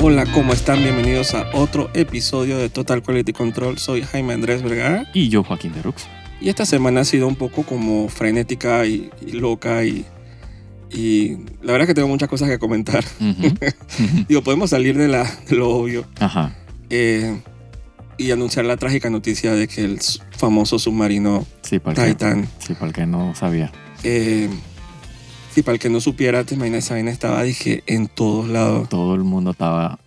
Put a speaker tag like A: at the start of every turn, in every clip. A: Hola, ¿cómo están? Bienvenidos a otro episodio de Total Quality Control. Soy Jaime Andrés Vergara
B: Y yo, Joaquín de Rux.
A: y esta semana ha sido un poco como frenética y, y loca y, y la verdad que tengo muchas cosas que comentar.
B: Ujú.
A: Digo, podemos salir de, la, de lo obvio
B: Ajá.
A: eh, y anunciar la trágica noticia de que el s- famoso submarino
B: Sí, para el que,
A: Titan,
B: sí, para el que no sabía.
A: eh, y para el que no supiera, te imaginas, esa vaina estaba, dije, en todos lados,
B: Todo el mundo estaba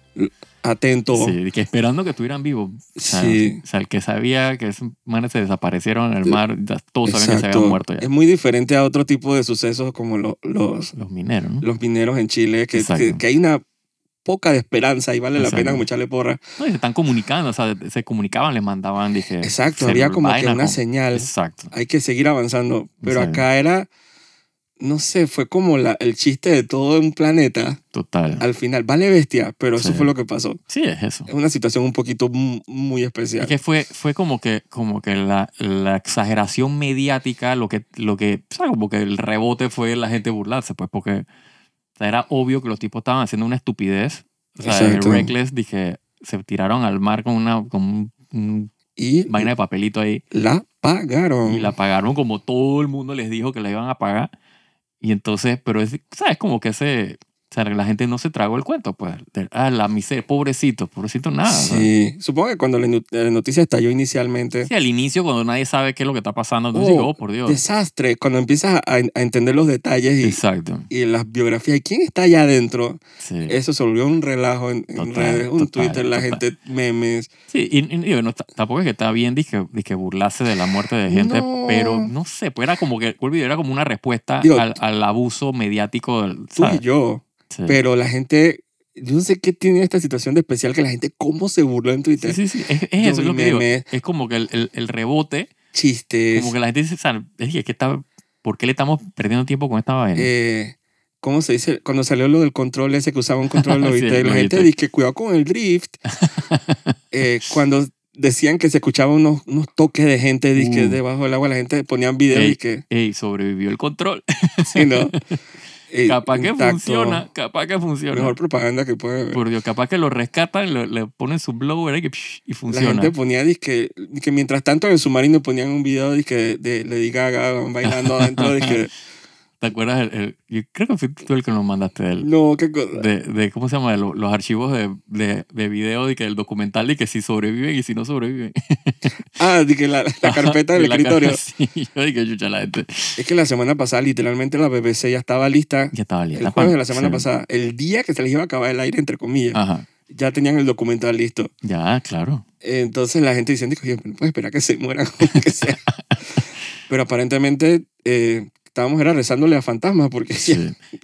A: atento.
B: sí, ah. que esperando que estuvieran vivos. O sea,
A: Sí.
B: o sea, el que sabía que esos manes se desaparecieron en el mar, ya todos sabían que se habían muerto
A: Es
B: ya.
A: muy diferente a otro tipo de sucesos como lo- los,
B: Los mineros, ¿no?
A: los mineros en Chile, que,
B: Exacto.
A: que, que hay una poca de esperanza y vale la
B: Exacto.
A: pena como echarle porra.
B: No, y se están comunicando, o sea, se comunicaban, les mandaban, dije.
A: Exacto, había
B: celular,
A: como que
B: vaina,
A: una
B: como-
A: señal,
B: Exacto.
A: hay que seguir avanzando, pero
B: Exacto.
A: acá era, no sé, fue como la, el chiste de todo un planeta
B: Total.
A: al final, vale bestia, pero eso
B: Sí.
A: fue lo que pasó.
B: Sí, es eso.
A: Es una situación un poquito mu- muy especial.
B: Es que fue, fue como que, como que la, la exageración mediática, lo que, lo que, o sea, como que el rebote fue la gente burlarse, pues, porque o sea, era obvio que los tipos estaban haciendo una estupidez. O sea, el
A: Exacto.
B: Reckless, dije, se tiraron al mar con una con un, un
A: Y
B: vaina de papelito ahí
A: la pagaron.
B: y la pagaron como todo el mundo les dijo que la iban a pagar. Y entonces, pero es, ¿sabes? Como que se, o sea, la gente no se tragó el cuento, pues. de, ah, la miseria, pobrecito, pobrecito nada. o sea.
A: sí, supongo que cuando la nu- la noticia estalló inicialmente,
B: Sí, al inicio, cuando nadie sabe qué es lo que está pasando,
A: Oh,
B: entonces digo, oh, por Dios.
A: desastre, cuando empiezas a, a entender los detalles
B: Exacto.
A: y, y las biografías y quién está allá adentro,
B: Sí.
A: eso se volvió un relajo en, en
B: Total,
A: redes, un
B: total,
A: Twitter, la
B: total.
A: gente memes.
B: Sí, y, y digo, no está- tampoco es que está bien dizque, dizque burlarse de la muerte de gente,
A: No.
B: pero no sé, pues era como que, vuelvo y digo, era como una respuesta
A: Digo,
B: al, al abuso mediático del.
A: Tú
B: ¿sabes?
A: y yo,
B: Sí.
A: pero la gente, yo no sé qué tiene esta situación de especial que la gente cómo se burló en Twitter.
B: Sí, sí, sí, es, es
A: Yo
B: eso es
A: vi
B: lo que digo.
A: memes.
B: Es como que el, el- el rebote,
A: Chistes.
B: como que la gente dice, o sea, es que está, ¿por qué le estamos perdiendo tiempo con esta vaina?
A: eh, ¿Cómo se dice? Cuando salió lo del control ese que usaba un control, lo
B: Sí,
A: viste,
B: lo
A: la gente
B: viste.
A: dice que cuidado con el drift. Eh, cuando decían que se escuchaban unos, unos toques de gente dizque,
B: Uh.
A: debajo del agua, la gente ponían videos
B: Ey.
A: y que...
B: Ey, sobrevivió el control.
A: Sí, ¿no? Eh,
B: capaz que
A: intacto,
B: funciona, capaz que funciona.
A: Mejor propaganda que puede haber.
B: Por Dios, capaz que lo rescatan, lo- le ponen su blower ahí que psh, y
A: La
B: funciona.
A: gente ponía disque, que mientras tanto en el submarino ponían un video disque, de Lady Gaga bailando adentro. Disque,
B: ¿Te acuerdas? El, el- yo creo que fue tú el que nos mandaste el,
A: no, qué cosa.
B: de, de- ¿cómo se llama? Lo- Los, archivos de, de, de video y que el documental y que si sobreviven y si no sobreviven.
A: Ah, dije, la, la carpeta
B: Y
A: del
B: la
A: escritorio.
B: carpeta, sí, yo dije, chucha, la gente.
A: Es que la semana pasada literalmente la BBC ya estaba lista.
B: Ya estaba lista.
A: El jueves de
B: pan.
A: la semana
B: Sí. Ah.
A: pasada, el día que se les iba a acabar el aire, entre comillas,
B: Ajá.
A: ya tenían el documental listo.
B: Ya, claro.
A: Entonces la gente diciendo, oye, no puedes esperar que se mueran como que sea. Pero aparentemente eh, estábamos era rezándole a fantasmas porque
B: Sí.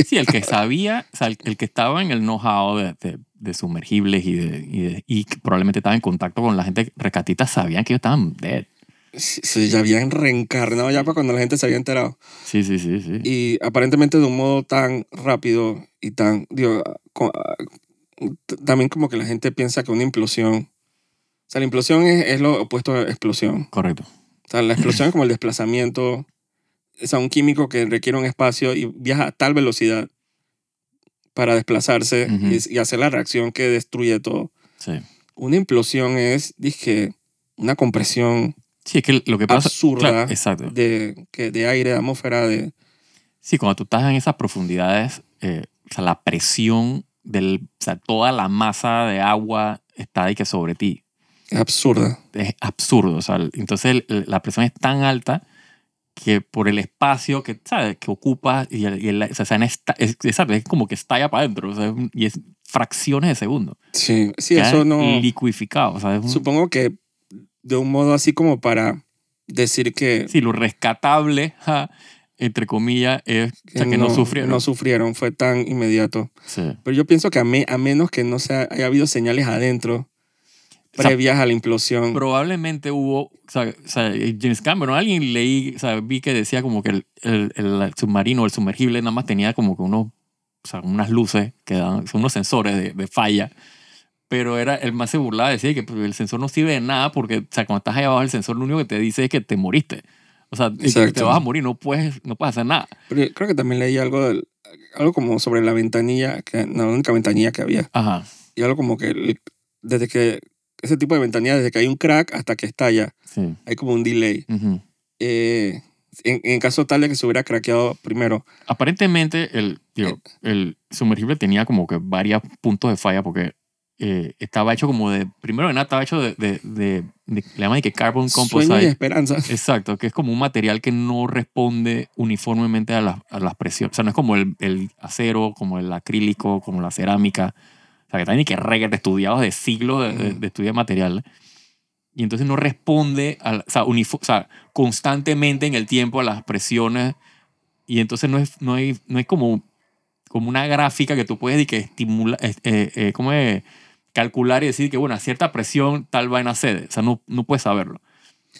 B: Sí, el que sabía, o sea, el, el que estaba en el know-how de, de- de sumergibles y, de, y, de- y que probablemente estaba en contacto con la gente rescatista, sabían que ellos estaban dead.
A: Sí, sí, ya habían reencarnado ya para cuando la gente se había enterado.
B: Sí, sí, sí, sí.
A: Y aparentemente de un modo tan rápido y tan... digo, ah, co- t- también como que la gente piensa que una implosión... O sea, la implosión es, es lo opuesto a la explosión.
B: Correcto.
A: O sea, la explosión es como el desplazamiento. O sea, un químico que requiere un espacio y viaja a tal velocidad para desplazarse
B: Ujú.
A: y, y hacer la reacción que destruye todo.
B: Sí.
A: Una implosión es, dije, una compresión
B: Sí, es que lo que pasa.
A: absurda
B: Claro, exacto.
A: de, que, de aire, de atmósfera, de...
B: Sí, cuando tú estás en esas profundidades, eh, o sea, la presión del, o sea, toda la masa de agua está ahí que sobre ti.
A: Es absurda.
B: Es absurdo, o sea, el- entonces el- el- la presión es tan alta que por el espacio que, ¿sabes? que ocupas y, el- y el- o sea, se han esta- es, exacto, es como que estalla para adentro, o sea, es un- y es fracciones de segundo.
A: Sí, sí,
B: Queda
A: eso no...
B: Liquificado, o sea, es un-
A: Supongo que de un modo así como para decir que,
B: sí, lo rescatable, ja, entre comillas, es o sea, que no, sufrieron.
A: no sufrieron, fue tan inmediato.
B: Sí.
A: Pero yo pienso que a, me- a menos que no sea, haya habido señales adentro
B: O sea,
A: previas a la
B: Mm.
A: implosión.
B: probablemente hubo, o sea, o sea, James Cameron, alguien leí, o sea, vi que decía como que el, el- el submarino, el sumergible, nada más tenía como que unos, o sea, unas luces que dan, son unos sensores de, de falla, pero era el más se burlaba, decía que pues, el sensor no sirve de nada porque, o sea, cuando estás allá abajo, el sensor lo único que te dice es que te moriste. O sea, es que
A: Exacto.
B: te vas a morir, no puedes, no puedes hacer nada.
A: Pero yo creo que también leí algo, del- algo como sobre la ventanilla, que, la única ventanilla que había.
B: Ajá.
A: Y algo como que el- desde que ese tipo de ventanilla, desde que hay un crack hasta que estalla,
B: Sí.
A: hay como un delay.
B: Ujú.
A: Eh, en, en caso tal de que se hubiera craqueado primero,
B: Aparentemente, el, digo,
A: Eh.
B: el sumergible tenía como que varios puntos de falla porque eh, estaba hecho como de. Primero que nada, estaba hecho de. de, de- de- le llaman de que carbon
A: sueño y
B: composite.
A: esperanza.
B: Exacto, que es como un material que no responde uniformemente a las, a las presiones. O sea, no es como el, el acero, como el acrílico, como la cerámica. O sea, que también hay que reguete estudiados de siglos de, de- de estudio de material. Y entonces no responde, a, la- o, sea, unifo- o sea, constantemente en el tiempo a las presiones. Y entonces no es, no hay, no hay como, como una gráfica que tú puedes y que estimula, eh, eh, eh, ¿cómo es? calcular y decir que, bueno, a cierta presión tal vaina cede. O sea, no, no puedes saberlo.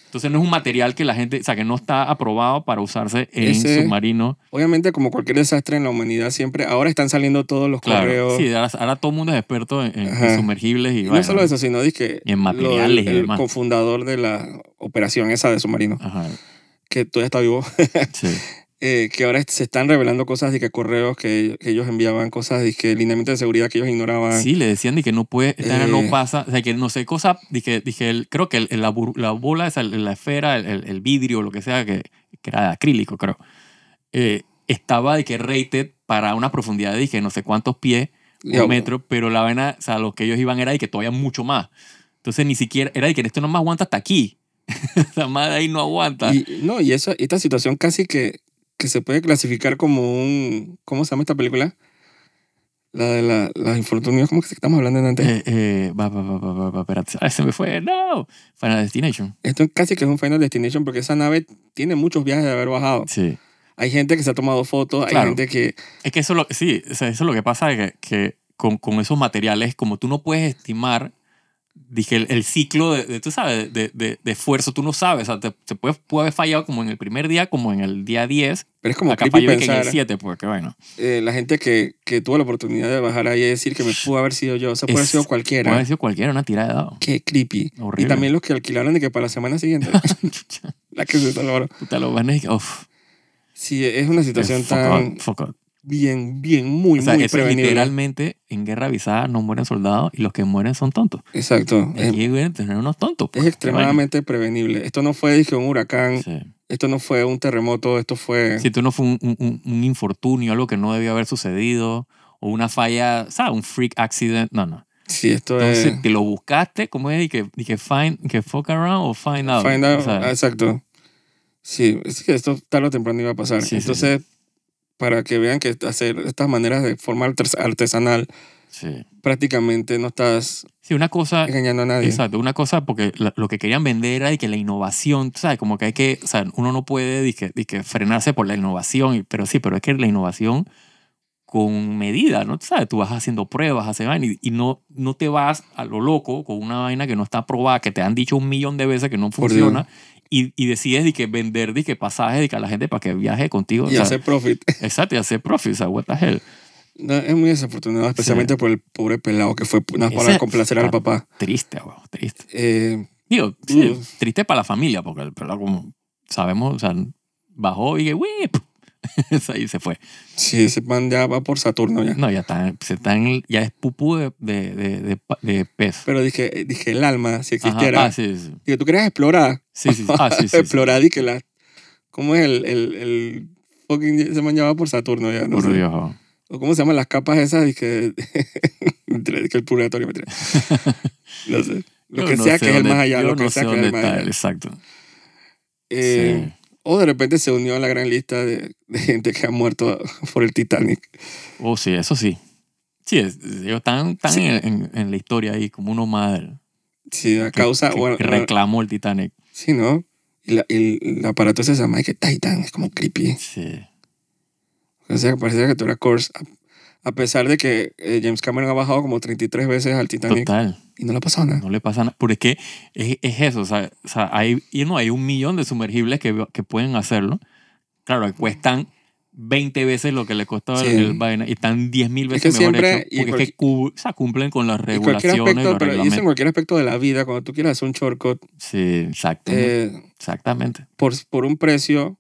B: Entonces no es un material que la gente, o sea, que no está aprobado para usarse en
A: Ese-
B: submarino.
A: Obviamente, como cualquier desastre en la humanidad, siempre ahora están saliendo todos los
B: Claro.
A: correos.
B: Sí, ahora, ahora todo el mundo es experto en, en
A: Ajá.
B: sumergibles y,
A: Y no
B: vaina,
A: solo
B: ¿no?
A: eso, sino dizque
B: Y en
A: lo del-
B: materiales y
A: el
B: demás.
A: cofundador de la operación esa de submarino,
B: Ajá.
A: que todavía está vivo,
B: Sí.
A: eh, que ahora se están revelando cosas de que correos que, que ellos enviaban, cosas de que lineamientos de seguridad que ellos ignoraban.
B: Sí, le decían de que no puede, esta vaina
A: Eh.
B: no pasa, o sea, que no sé, cosa, dije, dije el- creo que el- el- la, bur- la bola, esa, el- la esfera, el, el- el vidrio, lo que sea, que, que era de acrílico, creo, eh, estaba de que rated para una profundidad de dije, no sé cuántos pies
A: Ya,
B: o metros, pero la vaina, o sea, lo que ellos iban era de que todavía mucho más. Entonces ni siquiera, era de que esto no más aguanta hasta aquí. o sea, más de ahí no aguanta.
A: Y, no, y eso, esta situación casi que, que se puede clasificar como un. ¿Cómo se llama esta película? La de la, los infortunios, ¿cómo que estamos hablando de antes?
B: Eh, eh, va, va, va, va, va, va, espérate. Ay, se me fue, no. Final Destination.
A: Esto casi que es un Final Destination porque esa nave tiene muchos viajes de haber bajado.
B: Sí.
A: Hay gente que se ha tomado fotos, hay
B: Claro.
A: gente que.
B: Es que eso es lo, sí, o sea, eso es lo que pasa, que, que con, con esos materiales, como tú no puedes estimar, dije, el, el ciclo de, de- tú sabes, de, de- de esfuerzo, tú no sabes, o sea, te, te puede, puede haber fallado como en el primer día, como en el día 10,
A: Pero es como
B: acá
A: creepy
B: falló de que en
A: pensar.
B: el 7, porque bueno,
A: eh, la gente que, que tuvo la oportunidad de bajar ahí y decir que me pudo haber sido yo. O sea, puede haber
B: Es-
A: sido
B: puede
A: cualquiera.
B: haber sido cualquiera una tirada de dado.
A: Qué creepy.
B: Horrible.
A: Y también los que alquilaron y que para la semana siguiente,
B: Chucha,
A: la que se salvaron.
B: puta, lo van a decir, uf,
A: Sí, es una situación
B: fuck
A: tan
B: up, fuck up.
A: bien, bien, muy,
B: O sea,
A: muy
B: eso es
A: prevenible.
B: literalmente, en guerra avisada no mueren soldados y los que mueren son tontos.
A: Exacto. Es,
B: Aquí deben tener unos tontos.
A: es
B: pues,
A: extremadamente prevenible. Esto no fue, dije, un
B: qué
A: huracán,
B: vaina. Sí.
A: esto no fue un terremoto, esto fue...
B: Si tú no fue un, un- un- un infortunio, algo que no debió haber sucedido, o una falla, ¿sabes? Un freak accident. No, no.
A: Sí, esto
B: Entonces,
A: es...
B: te lo buscaste, ¿cómo es? Y que, y que, find, que fuck around o find out.
A: Find out,
B: O sea,
A: ah, exacto. Sí, es que esto tarde o temprano iba a pasar.
B: Sí, sí,
A: Entonces, para que vean que hacer estas maneras de forma artes- artesanal
B: sí.
A: prácticamente no estás
B: Sí, una cosa.
A: engañando a nadie.
B: Ah, Exacto, una cosa porque la- lo que querían vender era de que la innovación, tú ¿sabes? Como que hay que, o sea, uno no puede dizque- dizque frenarse por la innovación, y- pero sí, pero es que la innovación con medida, ¿no? Tú ¿Sabes? Tú vas haciendo pruebas, haces vaina y, y no, no te vas a lo loco con una vaina que no está probada, que te han dicho un millón de veces que no
A: Por
B: funciona y, y decides de que vender de que pasajes de que a la gente para que viaje contigo. o
A: Y
B: sea,
A: hacer profit.
B: Exacto, y hacer profit, o sea, what the hell.
A: No, es muy desafortunado, especialmente por el pobre pelado que fue nada más para
B: Ese-
A: complacer al
B: está
A: papá.
B: Triste, weón, triste.
A: Eh,
B: Digo, sí,
A: Uf.
B: triste para la familia, porque el pelado, como sabemos, o sea, bajó y que, "Whip". ahí se fue.
A: sí, ese pan ya va por Saturno ya.
B: No, ya está, se está en el- ya es pupú de, de, de, de pa- de pez.
A: Pero dije, eh, dije el alma, si
B: Ajá.
A: existiera.
B: Ah, sí, sí.
A: Dije, tú querías explorar.
B: Sí, sí, sí. Ah, sí, sí, sí.
A: explorar, dije, la... ¿Cómo es el, el, el fucking... Se man ya va por Saturno ya, no
B: Por
A: sé.
B: Dios. jo.
A: ¿O cómo se llaman las capas esas? Dije, entre- que el purgatorio me No sé. Lo
B: Yo
A: que
B: no
A: sea
B: sé
A: que es el
B: dónde-
A: más allá,
B: yo
A: lo que
B: no
A: sea
B: sé
A: que es el
B: dónde
A: más
B: está
A: allá.
B: él, exacto.
A: Eh, O de repente se unió a la gran lista de, de gente que ha muerto por el Titanic.
B: Sí. Oh, sí, eso sí. Sí, es- ellos están, están
A: Sí.
B: en, en- en la historia ahí como uno más del-
A: Sí, a
B: que-
A: causa...
B: que,
A: bueno,
B: que
A: bueno,
B: reclamó el Titanic.
A: sí, ¿no? Y la- el, el aparato ese se llama es que Titan, es como creepy.
B: Sí.
A: O sea, parecía que tú eras Course. A, a pesar de que eh, James Cameron ha bajado como 33 veces al Titanic
B: Total.
A: y no le ha pasado nada.
B: No le pasa nada. Porque es que es, es eso. O sea, o sea, hay, y no, hay un millón de sumergibles que, que pueden hacerlo. Claro, que cuestan 20 veces lo que le costó el,
A: Sí.
B: el vaina y están 10.000
A: Es que
B: veces mejor
A: siempre-
B: hecho.
A: y
B: Porque es que cu- o sea, cumplen con las
A: Y cualquier
B: regulaciones y
A: aspecto,
B: los
A: pero y eso en
B: reglamentos.
A: cualquier aspecto de la vida, cuando tú quieras hacer un shortcut
B: Sí, exactamente.
A: eh,
B: exactamente.
A: por, por un precio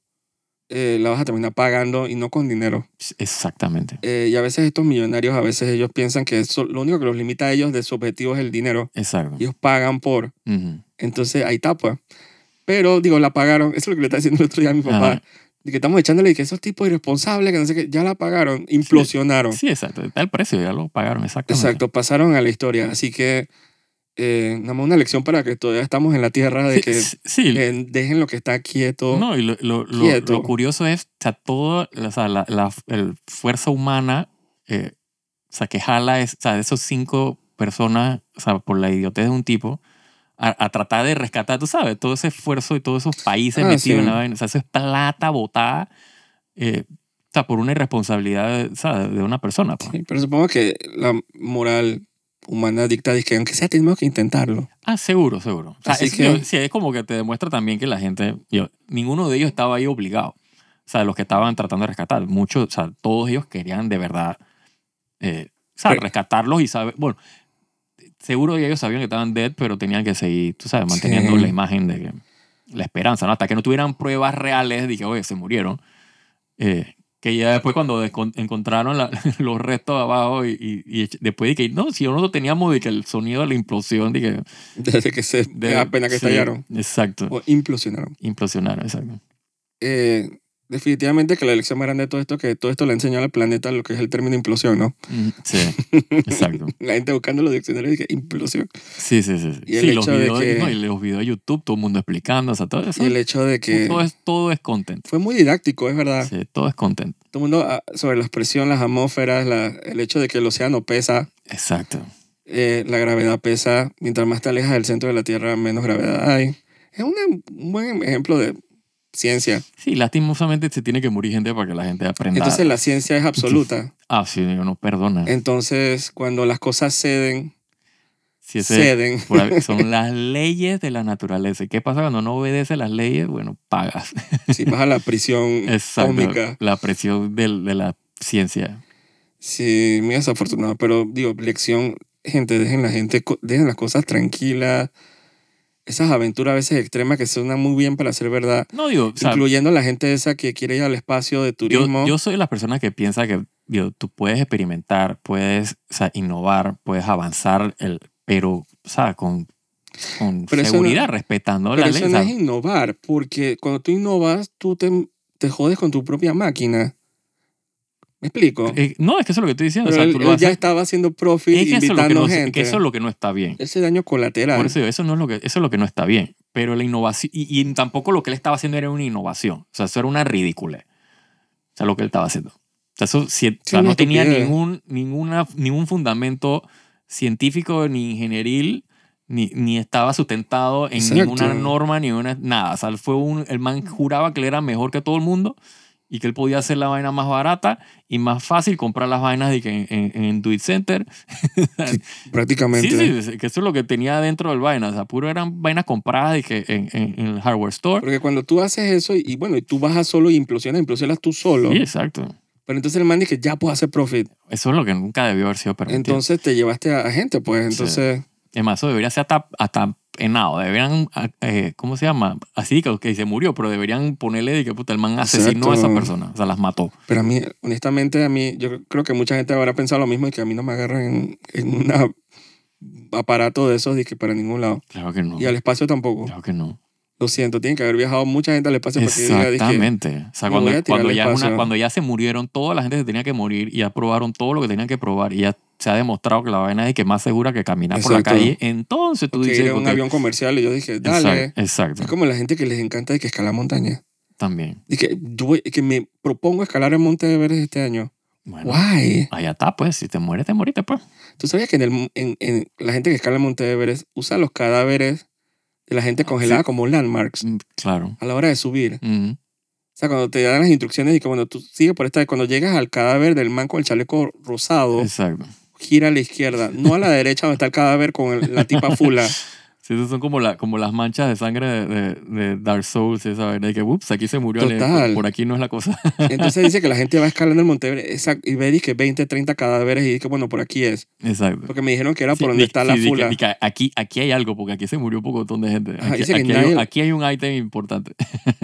A: eh, la vas a terminar pagando y no con dinero.
B: Exactamente.
A: Eh, y a veces estos millonarios, a veces ellos piensan que eso- lo único que los limita a ellos de su objetivo es el dinero.
B: Exacto.
A: Ellos pagan por.
B: Ujú.
A: Entonces ahí tapa. Pero digo, la pagaron. Eso es lo que le está diciendo el otro día a mi papá.
B: Ajá.
A: De que estamos echándole que esos tipos irresponsables, que no sé qué, ya la pagaron, implosionaron.
B: Sí, exacto. Está el precio, ya lo pagaron, exactamente.
A: Exacto, pasaron a la historia. Así que, eh, nada más una lección para que todavía estamos en la tierra de
B: Sí,
A: que, eh,
B: sí, sí.
A: que dejen lo que está quieto.
B: No, y lo, lo- lo-
A: Quieto.
B: lo curioso es, o sea, toda o sea, la, la el fuerza humana, eh, o sea, que jala, es, o sea, de esos cinco personas, o sea, por la idiotez de un tipo, a, a tratar de rescatar, tú sabes, todo ese esfuerzo y todos esos países
A: Ah,
B: metidos
A: sí.
B: en la vaina, o sea, eso es plata botada, eh, o sea, por una irresponsabilidad, o sea, de una persona. pues.
A: Sí, pero supongo que la moral humana dicta dice que aunque sea tenemos que intentarlo.
B: Ah, seguro, seguro. O sea,
A: Así
B: es,
A: que-
B: yo- sí, es como que te demuestra también que la gente, yo- ninguno de ellos estaba ahí obligado. O sea, los que estaban tratando de rescatar, muchos, o sea, todos ellos querían de verdad, eh, o sea,
A: Pero-
B: rescatarlos y saber, bueno, seguro ellos sabían que estaban dead, pero tenían que seguir, tú sabes, manteniendo
A: Sí.
B: la imagen de que- la esperanza, ¿no? Hasta que no tuvieran pruebas reales de que, oye, se murieron. eh, que ya después cuando descon- encontraron la- los restos abajo y, y- y después de que, no, si nosotros teníamos de que el sonido de la implosión, de que
A: Desde que se
B: de-
A: da pena que
B: sí,
A: estallaron
B: Exacto.
A: o implosionaron.
B: Implosionaron, exacto.
A: Eh, definitivamente que la lección más grande de todo esto que todo esto le ha enseñado al planeta lo que es el término implosión, ¿no?
B: Mm, Sí, exacto.
A: La gente buscando los diccionarios dice implosión.
B: Sí, sí, sí. sí.
A: Y el
B: Sí, los
A: hecho de
B: videos,
A: que-
B: no, y los videos de YouTube, todo el mundo explicando, o sea, todo eso.
A: Y el hecho de que Ah.
B: todo, es, todo es content.
A: fue muy didáctico, es verdad.
B: Sí, todo es content.
A: Todo el mundo ah, sobre la presión, las atmósferas, la- el hecho de que el océano pesa,
B: Exacto.
A: eh, la gravedad pesa. Mientras más te alejas del centro de la Tierra, menos gravedad hay. Es una- un buen ejemplo de ciencia.
B: Sí, lastimosamente se tiene que morir gente para que la gente aprenda.
A: Entonces Eh, la ciencia es absoluta.
B: ah, sí, no, no, perdona.
A: Entonces cuando las cosas ceden,
B: Sí, ese-
A: ceden.
B: por ahí- son las leyes de la naturaleza. ¿Y qué pasa cuando no obedece las leyes? Bueno, pagas.
A: Si vas a la prisión
B: Exacto.
A: cómica.
B: La presión del- de la ciencia.
A: Sí, muy desafortunado. Pero digo, lección, gente, dejen la gente, co- dejen las cosas tranquilas. Esas aventuras a veces extremas que suenan muy bien para ser verdad.
B: No digo, o sea,
A: incluyendo la gente esa que quiere ir al espacio de
B: yo,
A: turismo.
B: yo soy la persona que piensa que digo, tú puedes experimentar, puedes o sea, innovar, puedes avanzar, el, pero o sea, con, con
A: Pero eso
B: seguridad, respetando
A: pero
B: la
A: eso
B: ley. o
A: no
B: sea,
A: es innovar, porque cuando tú innovas, tú te, te jodes con tu propia máquina. ¿Me explico?
B: eh, no, es que eso es lo que estoy diciendo.
A: Pero
B: o sea,
A: él,
B: tú lo
A: él
B: haces-
A: ya estaba haciendo profit,
B: es que eso es, lo que
A: invitando
B: no,
A: gente.
B: que eso es lo que no está bien.
A: Ese daño colateral.
B: Por eso digo, eso, no es lo que, eso es lo que no está bien. Pero la innovación, y, y tampoco lo que él estaba haciendo era una innovación. O sea, eso era una ridícula. O sea, lo que él estaba haciendo. O sea, eso si- o sea,
A: una
B: no tenía
A: estupidez.
B: ningún, ninguna, ningún fundamento científico ni ingenieril, ni, ni estaba sustentado en
A: Exacto.
B: ninguna norma, ni una, nada. O sea, él fue un, el man juraba que él era mejor que todo el mundo y que él podía hacer la vaina más barata y más fácil, comprar las vainas de que en, en, en Tweet Center
A: prácticamente.
B: Sí, sí, sí, que eso es lo que tenía dentro del vaina. O sea, puro eran vainas compradas y que en, en- en el hardware store.
A: Porque cuando tú haces eso y, y bueno, y tú bajas solo y implosionas, implosionas tú solo.
B: Sí, exacto.
A: Pero entonces el man dice, ya puedo hacer profit.
B: Eso es lo que nunca debió haber sido permitido.
A: Entonces te llevaste a, a gente, pues.
B: Sí.
A: Entonces,
B: es más, eso debería ser hasta, hasta penado. Deberían, eh, ¿cómo se llama? Así que, que se murió, pero deberían ponerle de que puta, el man asesinó
A: Exacto.
B: a esa persona. O sea, las mató.
A: pero a mí, honestamente, a mí, yo creo que mucha gente habrá pensado lo mismo y que a mí no me agarran en, en un aparato de esos dije, para ningún lado.
B: Claro que no.
A: Y al espacio tampoco.
B: Claro que no.
A: Lo siento, tiene que haber viajado mucha gente al espacio para que diga, dije,
B: Exactamente. O sea,
A: me
B: cuando,
A: voy a tirar
B: cuando,
A: al
B: ya es una-
A: espacio.
B: cuando ya se murieron, toda la gente se tenía que morir y ya probaron todo lo que tenían que probar y ya se ha demostrado que la vaina es que más segura que caminar por la
A: Exacto.
B: calle. Entonces tú
A: que
B: dices...
A: ir a un
B: ok,
A: avión comercial. Y yo dije, dale.
B: Exacto, exacto,
A: Es como la gente que les encanta de que escalar montaña.
B: también.
A: Y que, yo voy- que me propongo escalar el Monte Everest este año.
B: Bueno,
A: Why?
B: allá está, pues. Si te mueres, te moriste, pues.
A: ¿Tú sabías que en el, mu- en, en la gente que escala el Monte Everest usa los cadáveres de la gente congelada
B: Ah, Sí.
A: como landmarks
B: Mm, Claro.
A: a la hora de subir?
B: Mm,
A: O sea, cuando te dan las instrucciones y que bueno, tú sigues por esta, cuando llegas al cadáver del man con el chaleco rosado,
B: Exacto.
A: gira a la izquierda, no a la derecha donde está el cadáver con el- la tipa fula.
B: Sí, esas son como, la, como las manchas de sangre de, de- de Dark Souls, esa vaina de que, ups, aquí se murió, Ale,
A: Total.
B: por, por aquí no es la cosa.
A: Entonces dice que la gente va escalando el Monte Everest, esa- y ve que 20, 30 cadáveres y dice, bueno, por aquí es.
B: Exacto.
A: Porque me dijeron que era
B: Sí,
A: por donde
B: di-
A: está
B: sí,
A: la
B: di que-
A: fula.
B: di que aquí, aquí hay algo, porque aquí se murió un poco de gente.
A: Ajá,
B: Aquí,
A: dice que
B: aquí hay,
A: nadie-
B: aquí hay un ítem importante.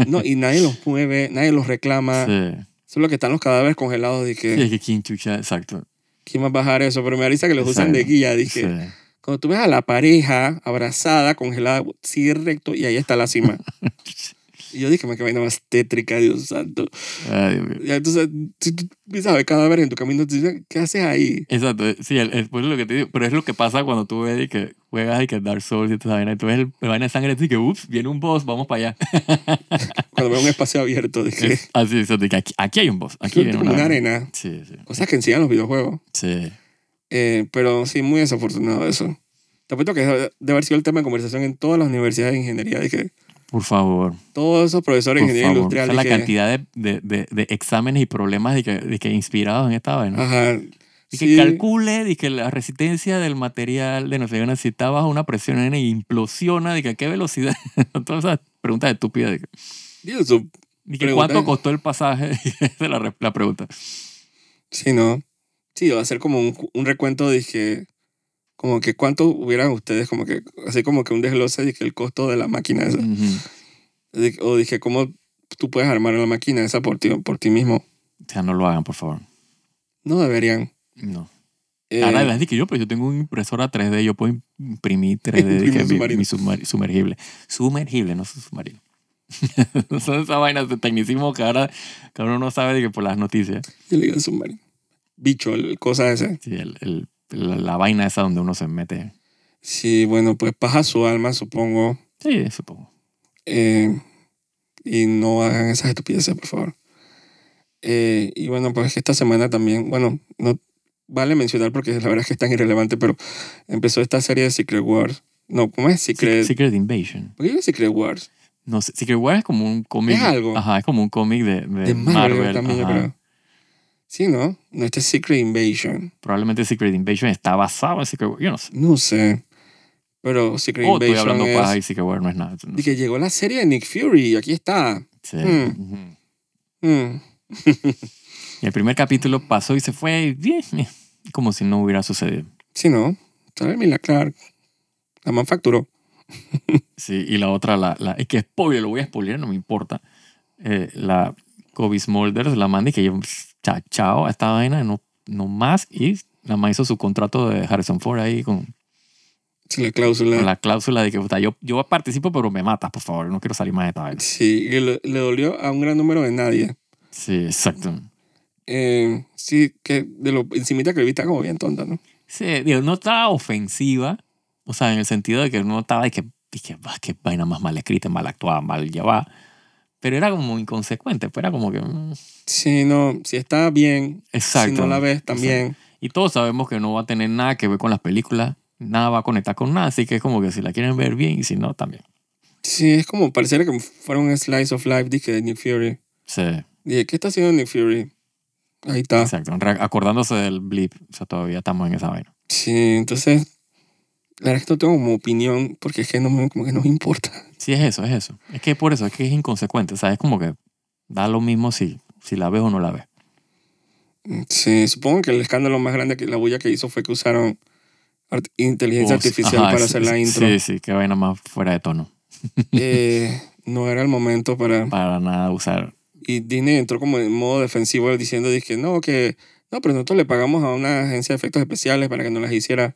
A: No, y nadie los mueve, nadie los reclama.
B: Sí.
A: Solo que están los cadáveres congelados. Dije,
B: Sí, es que quién chucha, exacto.
A: ¿quién va a bajar eso? Pero me avisa que los usan
B: Exacto.
A: de guía. Dije,
B: Sí.
A: cuando tú ves a la pareja abrazada, congelada, sigue recto y ahí está la cima. y yo dije, me vaina más tétrica, Dios santo.
B: Ay, Dios mío.
A: Y entonces, si tú empiezas a ver cadáveres en tu camino, tú dices, ¿qué haces ahí?
B: Exacto, sí, el, el- pues lo que te digo, pero es lo que pasa cuando tú ves y que juegas y que Dark Souls y toda esa vaina, y tú ves el, la vaina de sangre y que, ups, viene un boss, vamos para allá.
A: Cuando veo un espacio abierto, dije,
B: Es- así, es, de que aquí, aquí hay un boss, aquí viene
A: como
B: una
A: una
B: vaina.
A: arena.
B: Sí, sí,
A: Cosas que enseñan los videojuegos.
B: sí.
A: Eh, pero sí, muy desafortunado eso. Te apuesto que eso debe haber sido el tema de conversación en todas las universidades de ingeniería. Dije,
B: Por favor,
A: todos esos profesores de
B: por
A: ingeniería
B: favor. O sea,
A: industrial.
B: la
A: dije,
B: cantidad de, de, de, de exámenes y problemas de que, de que inspirados en esta vaina.
A: Ajá.
B: Y que
A: Ah, sí.
B: calcule, y que la resistencia del material de no sé, una, si está bajo una presión N y implosiona, de que a qué velocidad. Todas esas preguntas estúpidas. De que,
A: Digo, su-
B: de que
A: Pregunta-
B: ¿Cuánto costó el pasaje? Esa es la, re- la pregunta.
A: Sí, ¿no? Sí, va a ser como un, un recuento, dije, como que cuánto hubieran ustedes, como que, así como que un desglose, dije, el costo de la máquina esa.
B: Ujú.
A: Dije, O dije, cómo tú puedes armar la máquina esa por ti, por ti mismo.
B: O sea, no lo hagan, por favor.
A: No deberían.
B: No.
A: Eh,
B: Ahora la gente que yo, pues yo tengo una impresora 3D, yo puedo imprimir 3D de
A: Imprimir
B: que mi,
A: submarino.
B: mi sumar- sumergible. Sumergible, no su- submarino. Son esas vainas de tecnicismo que ahora que uno no sabe de que por las noticias.
A: yo le digo submarino. Bicho, cosas esas.
B: Sí, el- el- la, la vaina esa donde uno se mete.
A: Sí, bueno, pues paja su alma, supongo.
B: Sí, supongo.
A: Eh, y no hagan esas estupideces, por favor. Eh, y bueno, pues esta semana también, bueno, no vale mencionar porque la verdad es que es tan irrelevante, pero empezó esta serie de Secret Wars. No, ¿cómo es?
B: Secret,
A: Secret...
B: Secret Invasion.
A: ¿Por qué digo Secret Wars?
B: No sé, Secret War es como un cómic.
A: Es algo.
B: Ajá, es como un cómic de, de
A: De Marvel,
B: Eh, Marvel.
A: también, yo
B: ajá.
A: creo. Sí, ¿no? No, este es Secret Invasion.
B: Probablemente Secret Invasion está basado en Secret War. Yo no sé.
A: No sé. Pero Secret
B: O Oh, estoy
A: Invasion
B: hablando
A: es...
B: paja y Secret War no es nada. No
A: Y que llegó la serie de Nick Fury, aquí está.
B: sé.
A: Mm.
B: Ujú.
A: Mm.
B: Y el primer capítulo pasó y se fue y, bien, eh, como si no hubiera sucedido.
A: Sí, ¿no? Sale Mila Clark. La man facturó.
B: Sí, y la otra, la, la- es que spoiler, lo voy a spoiler, no me importa. Eh, la Kobe Smulders, la mandé que yo, pss, cha- chao a esta vaina, no, no más. Y la man hizo su contrato de Harrison Ford ahí con,
A: Sí, la cláusula.
B: con la cláusula de que puta, yo, yo participo, pero me matas, por favor, no quiero salir más de esta vaina.
A: Sí, y le, le dolió a un gran número de nadie.
B: Sí, exacto.
A: Eh, sí, que de lo encimita que vi está como bien tonta, ¿no?
B: Sí, digo, no estaba ofensiva, o sea, en el sentido de que no estaba de que, de que, "Ah, qué vaina más mal escrita, mal actuada, mal llevada. Pero era como inconsecuente, pues era como que. mm,
A: Sí, no, si está bien,
B: exacto.
A: si no la ves también.
B: Y todos sabemos que no va a tener nada que ver con las películas, nada va a conectar con nada, así que es como que si la quieren ver bien y si no, también.
A: Sí, es como pareciera que fuera un slice of life dije, de Nick Fury.
B: Sí,
A: Dije, ¿qué está haciendo Nick Fury? Ahí está.
B: exacto. Re- Acordándose del blip, o sea, todavía estamos en esa vaina.
A: Sí, entonces, la verdad es que no tengo como opinión porque es que no me, como que no me importa.
B: Sí, es eso, es eso. Es que por eso, es que es inconsecuente, o sea, es como que da lo mismo si, si la ves o no la ves.
A: Sí, supongo que el escándalo más grande que la bulla que hizo fue que usaron art- inteligencia
B: O-
A: artificial
B: ajá,
A: para
B: sí,
A: hacer la
B: sí,
A: intro.
B: Sí, sí, qué vaina más fuera de tono.
A: Eh, no era el momento para...
B: Para nada usar.
A: Y Disney entró como en modo defensivo diciendo, dije, no, que... No, pero nosotros le pagamos a una agencia de efectos especiales para que nos las hiciera.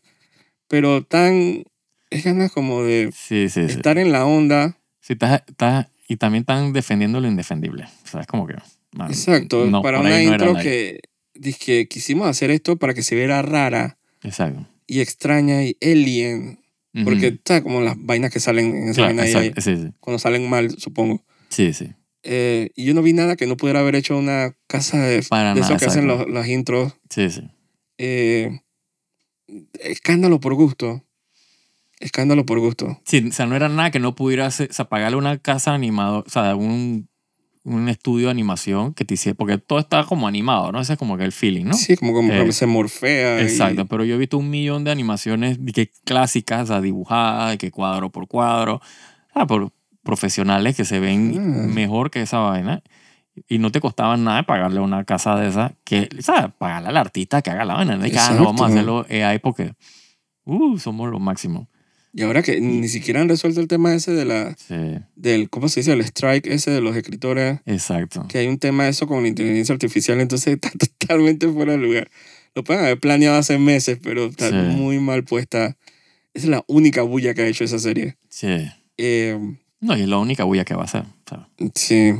A: Pero tan... Es ganas como de
B: Sí, sí, sí.
A: estar en la onda.
B: Sí, estás- estás- y también están defendiendo lo indefendible. O sea, es como que. man,
A: Exacto.
B: ah, no,
A: para
B: por
A: una
B: ahí no era
A: intro
B: la-
A: que... Dije, quisimos hacer esto para que se viera rara
B: Exacto.
A: y extraña y alien.
B: Ujú.
A: Porque, está como las vainas que salen en esa
B: Claro,
A: vaina ahí,
B: exacto, sí, sí.
A: cuando salen mal, supongo.
B: Sí, sí.
A: Eh, y yo no vi nada que no pudiera haber hecho una casa de,
B: Para
A: de eso
B: nada.
A: que hacen
B: exacto.
A: los, las intros.
B: Sí, sí.
A: eh, escándalo por gusto. Escándalo por gusto.
B: Sí, o sea, no era nada que no pudiera hacer, o sea, pagarle una casa animadora, o sea, un, un estudio de animación que te hiciera, porque todo está como animado, ¿no? Ese es como que el feeling, ¿no?
A: Sí, como, como
B: Eh,
A: se morfea. y-
B: Exacto, pero yo he visto un millón de animaciones de que clásicas, o sea, dibujadas, de que cuadro por cuadro, ah, por profesionales que se ven
A: Ah.
B: mejor que esa vaina. Y no te costaba nada pagarle a una casa de esa, que, ¿sabes? Pagarle al artista que haga la vaina. No es que, ah, no, vamos a
A: Exacto.
B: hacerlo AI porque, uh, somos lo máximo.
A: Y, ahora que ni siquiera han resuelto el tema ese de la,
B: Sí,
A: del, ¿cómo se dice? El strike ese de los escritores,
B: exacto.
A: que hay un tema de eso con la inteligencia artificial, entonces está totalmente fuera de lugar. Lo pueden haber planeado hace meses, pero está
B: Sí.
A: muy mal puesta. Esa es la única bulla que ha hecho esa serie.
B: Sí.
A: Eh,
B: No, y es la única bulla que va a hacer. o sea,
A: Sí.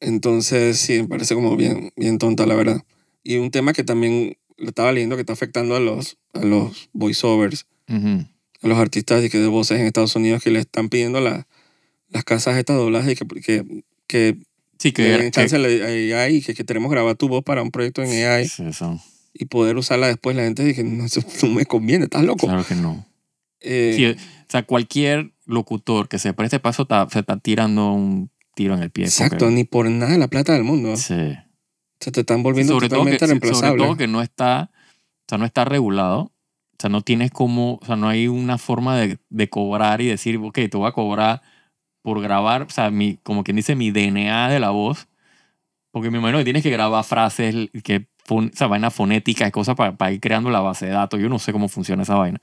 A: Entonces, sí, me parece como bien, bien tonta, la verdad. Y un tema que también lo estaba leyendo que está afectando a los, a los voiceovers,
B: ujú.
A: a los artistas de, que de voces en Estados Unidos que le están pidiendo la- las casas estas dobladas y que, que, que
B: Sí, que...
A: le den
B: que-
A: chance a AI y que, que queremos grabar tu voz para un proyecto en AI
B: sí, eso,
A: y poder usarla después. La gente dice, no, eso no me conviene, estás loco.
B: claro que no.
A: Eh,
B: Sí, o sea, cualquier locutor que se preste paso está- se está tirando un tiro en el pie. porque-
A: exacto, ni por nada la plata del mundo.
B: sí.
A: Se te están
B: Sí,
A: volviendo
B: sobre, todo que,
A: totalmente
B: sí, sobre
A: reemplazables.
B: todo que no está, o sea, no está regulado. O sea, no tienes como, o sea, no hay una forma de, de cobrar y decir, ok, te voy a cobrar por grabar, o sea, mi, como quien dice, mi DNA de la voz. Porque me imagino que tienes que grabar frases, que fon- o sea, vaina fonética y cosas para, para ir creando la base de datos. Yo no sé cómo funciona esa vaina.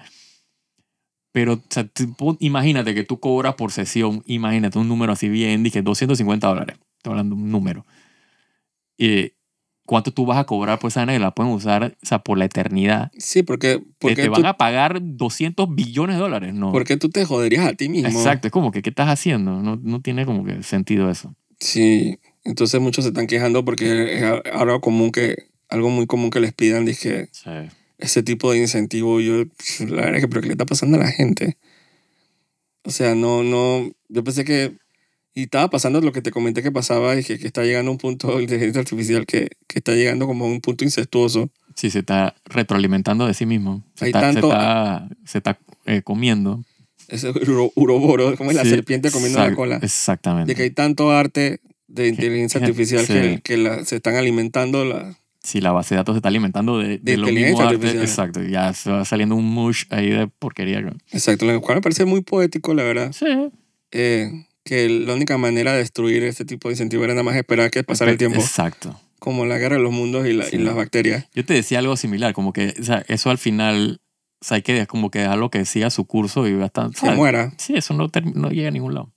B: Pero, o sea, tú pon- imagínate que tú cobras por sesión, imagínate un número así bien, dije 250 dólares. Estoy hablando de un número. Eh, ¿Cuánto tú vas a cobrar por esa vaina que la pueden usar, o sea, por la eternidad? Eh,
A: Sí, porque,
B: Te,
A: porque
B: te
A: tú
B: van a pagar 200 billones de dólares, ¿no?
A: Porque tú te joderías a ti mismo.
B: Exacto, es como que, ¿qué estás haciendo? No, no tiene como que sentido eso.
A: Sí. Entonces muchos se están quejando porque es a- ahora común que, algo muy común que les pidan, dije,
B: Sí,
A: ese tipo de incentivo, yo, pf, la verdad es que, pero ¿qué le está pasando a la gente? O sea, no, no, yo pensé que, y estaba pasando lo que te comenté que pasaba, dije, que está llegando a un punto de inteligencia artificial que, que está llegando como a un punto incestuoso.
B: Sí, se está retroalimentando de sí mismo. Se
A: Hay
B: está, se
A: tanto-
B: está, se está, eh, comiendo.
A: Ese uro- uroboro, como es la
B: Sí,
A: serpiente comiendo la
B: exac-
A: cola.
B: Exactamente.
A: De que hay tanto arte de inteligencia
B: que-
A: artificial
B: sí.
A: que, que la- se están alimentando la,
B: si la base de datos se está alimentando de, de, lo mismo
A: inteligencia
B: arte.
A: artificial.
B: Exacto, ya se va saliendo un mush ahí de porquería. güey.
A: Exacto, lo cual me parece muy poético, la verdad.
B: Sí.
A: Eh, que la única manera de destruir este tipo de incentivo era nada más esperar que pasara el tiempo,
B: Exacto.
A: como la guerra de los mundos y, la- y
B: Sí.
A: las bacterias.
B: Yo te decía algo similar, como que o sea, eso al final, o sea, hay que de- como que dejarlo que siga su curso y bastante.
A: Se muera.
B: Sí, eso no, termi- no llega a ningún lado.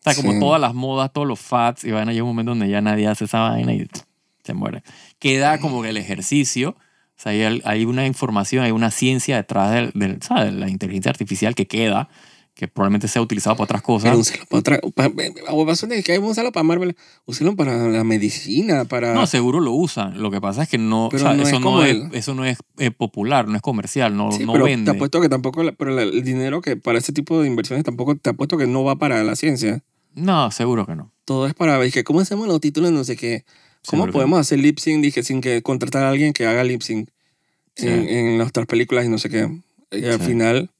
B: O sea, como
A: Sí.
B: todas las modas, todos los fads, y van a llegar un momento donde ya nadie hace esa vaina y se muere. Queda como que el ejercicio, o sea, hay, al- hay una información, hay una ciencia detrás del, del- ¿sabes? de la inteligencia artificial que queda, que probablemente sea utilizado para otras cosas.
A: Pero úsalo para otra. pa- pa- huevazón de que hay, úsalo para Marvel. Úsalo para la medicina, para.
B: No, seguro lo usan. Lo que pasa es que no, o
A: Pero
B: sea,
A: no es
B: eso, no
A: como
B: es,
A: el-
B: eso no es eh, popular, no es comercial, no,
A: Sí,
B: no
A: pero te
B: vende.
A: apuesto que tampoco. la- pero la- el dinero que para este tipo de inversiones tampoco te apuesto que no va para la ciencia.
B: No, seguro que no.
A: Todo es para ver que cómo hacemos los títulos, no sé qué. ¿Cómo
B: Seguro que
A: podemos hacer lip sync? Dije, sin que contratar a alguien que haga lip sync
B: Sí.
A: en, en nuestras películas y no sé qué. Y al
B: Sí.
A: final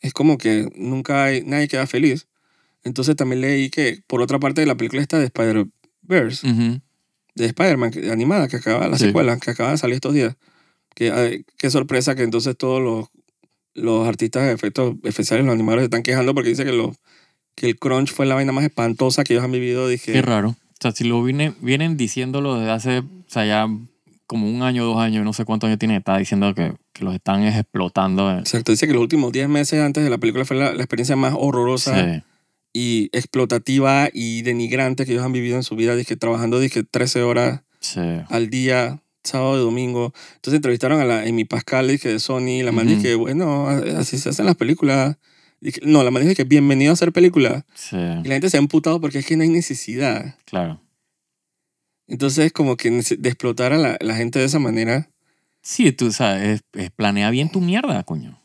A: es como que nunca hay, nadie queda feliz. Entonces también leí que por otra parte de la película está de Spider-Verse,
B: no. Ujú.
A: de Spider-Man que- animada que acaba, la
B: Sí.
A: secuela que acaba de salir estos días. Que, ay, qué sorpresa que entonces todos los, los artistas de efectos especiales, los animadores, se están quejando porque dice que, los que el crunch fue la vaina más espantosa que ellos han vivido. Dije,
B: Qué raro. O sea, si lo viene, vienen diciéndolo desde hace, o sea, ya como un año, dos años, no sé cuántos años tiene, está diciendo que, que los están es explotando. eh.
A: Exacto, dice que los últimos 10 meses antes de la película fue la, la experiencia más horrorosa
B: Sí.
A: y explotativa y denigrante que ellos han vivido en su vida, dije, trabajando dije, 13 horas
B: Sí.
A: al día, sábado y domingo. Entonces entrevistaron a la Amy Pascal, dije, de Sony, la man
B: Ujú.
A: dije, bueno, a- así se hacen las películas. Dije, no, la man dije que bienvenido a hacer películas.
B: Sí.
A: Y la gente se ha emputado porque es que no hay necesidad.
B: Claro.
A: Entonces como que nece- de explotar a la, la gente de esa manera.
B: Sí, tú sabes, es- es planea bien tu mierda, coño.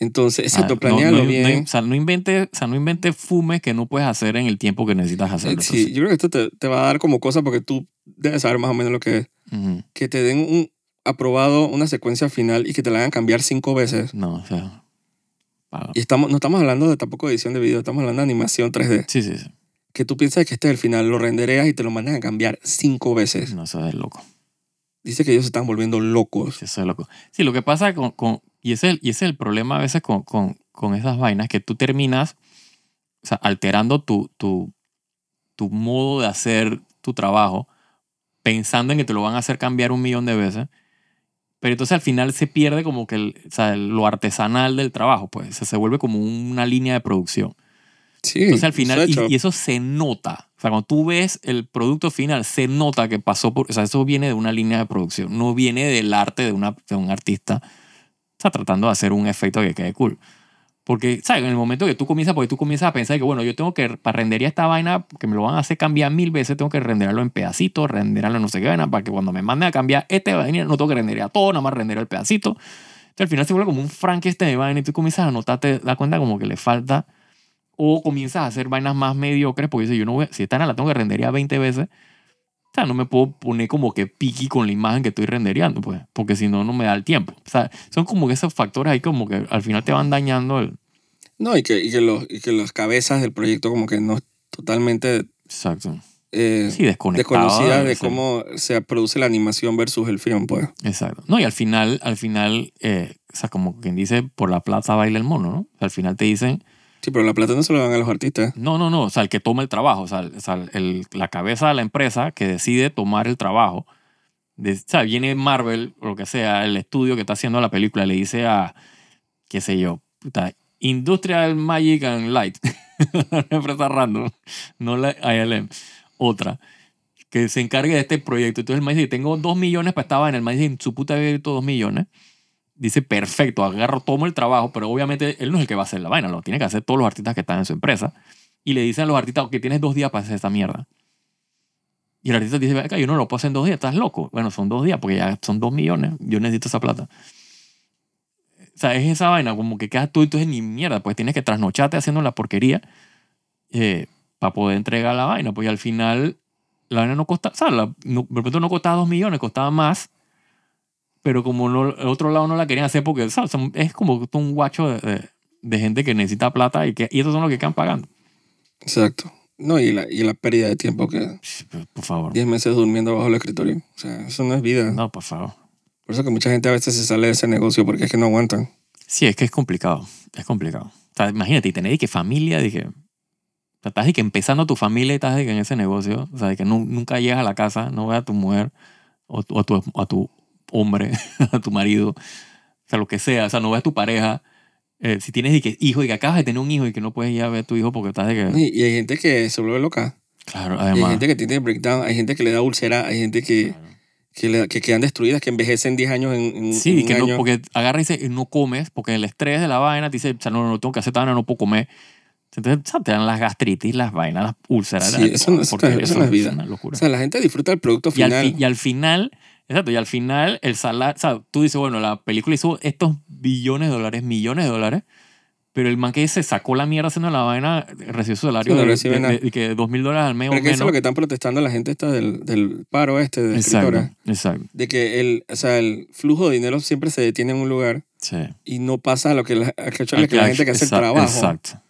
A: Entonces,
B: Ah,
A: exacto,
B: no-
A: planealo
B: no, no-
A: bien.
B: o sea, no inventes, o sea, no inventes fumes que no puedes hacer en el tiempo que necesitas hacerlo.
A: sí, yo creo que esto te, te va a dar como cosa porque tú debes saber más o menos lo que es.
B: Ujú.
A: que te den un aprobado una secuencia final y que te la hagan cambiar cinco veces.
B: No, o sea. para-
A: Y estamos, no estamos hablando de tampoco de edición de video, estamos hablando de animación 3D.
B: Sí, sí, sí.
A: que tú piensas que este es el final, lo rendereas y te lo mandan a cambiar cinco veces.
B: No, eso es loco.
A: Dice que ellos se están volviendo locos.
B: Eso es loco. Sí, lo que pasa con... con y, ese, y ese es el problema a veces con, con, con esas vainas, que tú terminas o sea, alterando tu, tu, tu modo de hacer tu trabajo, pensando en que te lo van a hacer cambiar un millón de veces. Pero entonces al final se pierde como que el- o sea, lo artesanal del trabajo, pues o sea, se vuelve como una línea de producción.
A: Sí.
B: Entonces al final,
A: eso
B: y,
A: hecho.
B: y eso se nota. O sea, cuando tú ves el producto final, se nota que pasó por. O sea, eso viene de una línea de producción, no viene del arte de, una, de un artista. Está tratando de hacer un efecto que quede cool. Porque, ¿sabes? En el momento que tú comienzas, porque tú comienzas a pensar que, bueno, yo tengo que, para rendería esta vaina, que me lo van a hacer cambiar mil veces, tengo que renderarlo en pedacitos, renderarlo en no sé qué vaina, para que cuando me manden a cambiar este vaina, no tengo que renderear todo, nada más renderar el pedacito. Entonces, al final se vuelve como un Frankenstein de vaina y tú comienzas a notarte, te das cuenta como que le falta o comienzas a hacer vainas más mediocres porque dices, yo no voy, a- si esta vaina la tengo que rendería 20 veces, o sea, no me puedo poner como que piqui con la imagen que estoy rendereando, pues, porque si no, no me da el tiempo. O sea, son como que esos factores ahí como que al final te van dañando el...
A: No, y que, y, que los, y que las cabezas del proyecto como que no totalmente
B: Exacto.
A: eh,
B: Sí, desconectado.
A: desconocidas de
B: sí.
A: cómo se produce la animación versus el film, pues.
B: Exacto. No, y al final, al final, eh, o sea, como quien dice, por la plata baila el mono, ¿no? O sea, al final te dicen,
A: Sí, pero la plata no se la dan a los artistas.
B: No, no, no. O sea, el que toma el trabajo. O sea, el- o sea, el- la cabeza de la empresa que decide tomar el trabajo. De, o sea, viene Marvel o lo que sea, el estudio que está haciendo la película, le dice a, qué sé yo, puta, Industrial Magic and Light. Una empresa random. No la ILM. Otra. Que se encargue de este proyecto. Entonces el maíz dice, tengo dos millones para esta vaina. El maíz dice, en su puta vida yo tengo dos millones. Dice, perfecto, agarro, tomo el trabajo, pero obviamente él no es el que va a hacer la vaina, lo tiene que hacer todos los artistas que están en su empresa y le dicen a los artistas, ok, tienes dos días para hacer esta mierda. Y el artista dice, acá yo no lo puedo hacer en dos días, estás loco. Bueno, son dos días, porque ya son dos millones, yo necesito esa plata. O sea, es esa vaina, como que quedas tú y tú dices, ni mierda, pues tienes que trasnocharte haciendo la porquería para poder entregar la vaina. Pues y al final, la vaina no costaba, o sea, la- no, de pronto no costaba dos millones, costaba más. Pero como no, el otro lado no la querían hacer porque o sea, son- es como un guacho de, de- de gente que necesita plata y, que, y esos son los que quedan pagando.
A: Exacto. No, y la, y la pérdida de tiempo que
B: Pero, Por favor.
A: 10 meses durmiendo bajo el escritorio. O sea, eso no es vida.
B: No, por favor.
A: Por eso que mucha gente a veces se sale de ese negocio porque es que no aguantan.
B: Sí, es que es complicado. Es complicado. O sea, imagínate, y tener de que familia, de que. O sea, estás de que empezando tu familia y estás de que en ese negocio. O sea, de que nu- nunca llegas a la casa, no ves a tu mujer o, tu- o a, tu, a tu hombre, a tu marido, o sea, lo que sea. O sea, no ves a tu pareja. Eh, si tienes de que hijo y que acabas de tener un hijo y que no puedes ir a ver a tu hijo porque estás de que.
A: Y, y hay gente que se vuelve loca.
B: Claro,
A: Y hay
B: además.
A: gente que tiene breakdown. Hay gente que le da úlcera. Hay gente que,
B: Claro.
A: que, le- que quedan destruidas, que envejecen 10 años en, en- en
B: Sí,
A: un
B: que
A: año.
B: no, porque agarra y dice, no comes, porque el estrés de la vaina te dice, o sea, no, no, no tengo que hacer esta vaina, no puedo comer. Entonces, o sea, te dan las gastritis, las vainas, las úlceras.
A: Sí, eso no- eso
B: porque
A: no es- eso no es vida.
B: una
A: O
B: locura.
A: sea, la gente disfruta el producto
B: y, al
A: final.
B: fi- y al final, exacto, y al final, el salario, o sea, tú dices, bueno, la película hizo estos billones de dólares, millones de dólares, pero el man que se sacó la mierda haciendo la vaina recibió su salario
A: Sí, no
B: de-
A: recibe
B: de,
A: nada.
B: de- de que dos mil dólares al mes
A: Pero
B: o
A: que eso es lo
B: menos.
A: que están protestando la gente esta del, del paro este de escritora.
B: exacto, exacto.
A: De que el, o sea, el flujo de dinero siempre se detiene en un lugar
B: Sí.
A: y no pasa a lo que la, a que chole que la gente que hace el
B: Exacto,
A: trabajo,
B: Exacto.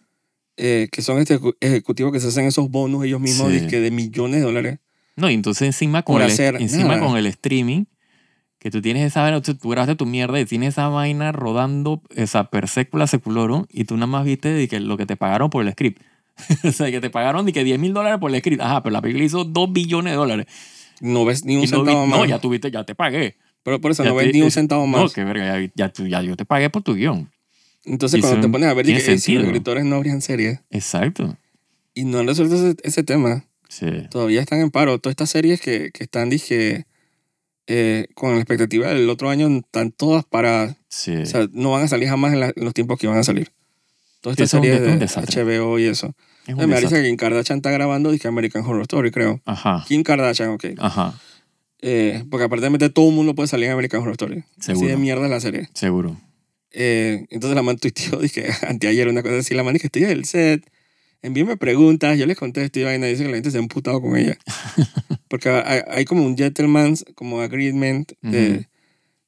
A: eh, que son este ejecu- ejecutivos que se hacen esos bonos ellos mismos
B: Sí.
A: dizque de millones de dólares.
B: No, y entonces encima con,
A: Por
B: el,
A: hacer
B: encima
A: nada.
B: con el streaming, que tú tienes esa vaina, tú tú grabaste tu mierda y tienes esa vaina rodando, esa per secula seculorum, y tú nada más viste de que lo que te pagaron por el script. o sea, que te pagaron de que 10 mil dólares por el script. Ajá, pero la película hizo 2 billones de dólares.
A: No ves ni un
B: y no, vi-
A: centavo
B: no,
A: más.
B: ya tuviste, ya te pagué.
A: pero por eso
B: ya
A: no ves
B: te-
A: ni un
B: es-
A: centavo
B: No,
A: más.
B: qué verga, ya, vi- ya, tú- ya yo te pagué por tu guión.
A: Entonces
B: y
A: cuando
B: eso
A: te pones a ver
B: tiene
A: dizque, "Ey, si los
B: sentido".
A: escritores no habrían series
B: Exacto.
A: y no han resuelto ese, ese tema,
B: Sí.
A: todavía están en paro. Todas estas series que, que están dije eh, con la expectativa del otro año están todas paradas.
B: Sí.
A: O sea, no van a salir jamás en, la- en los tiempos que van a salir. Toda
B: Sí,
A: esta
B: eso es un
A: serie
B: de- un
A: de
B: desastre.
A: HBO y eso.
B: es un
A: Me parece
B: desastre.
A: que Kim Kardashian está grabando que American Horror Story, creo.
B: Ajá.
A: Kim Kardashian, ok.
B: Ajá.
A: Eh, porque aparentemente todo el mundo puede salir en American Horror Story. Así de
B: Seguro.
A: mierda es la serie.
B: Seguro.
A: Eh, entonces la man tuiteó, dije, anteayer una cosa así, la man dije, estoy en el set, envíenme preguntas, yo les contesto y vaina, dice que la gente se ha emputado con ella. porque hay, hay como un gentleman's, como agreement, de,
B: Ujú.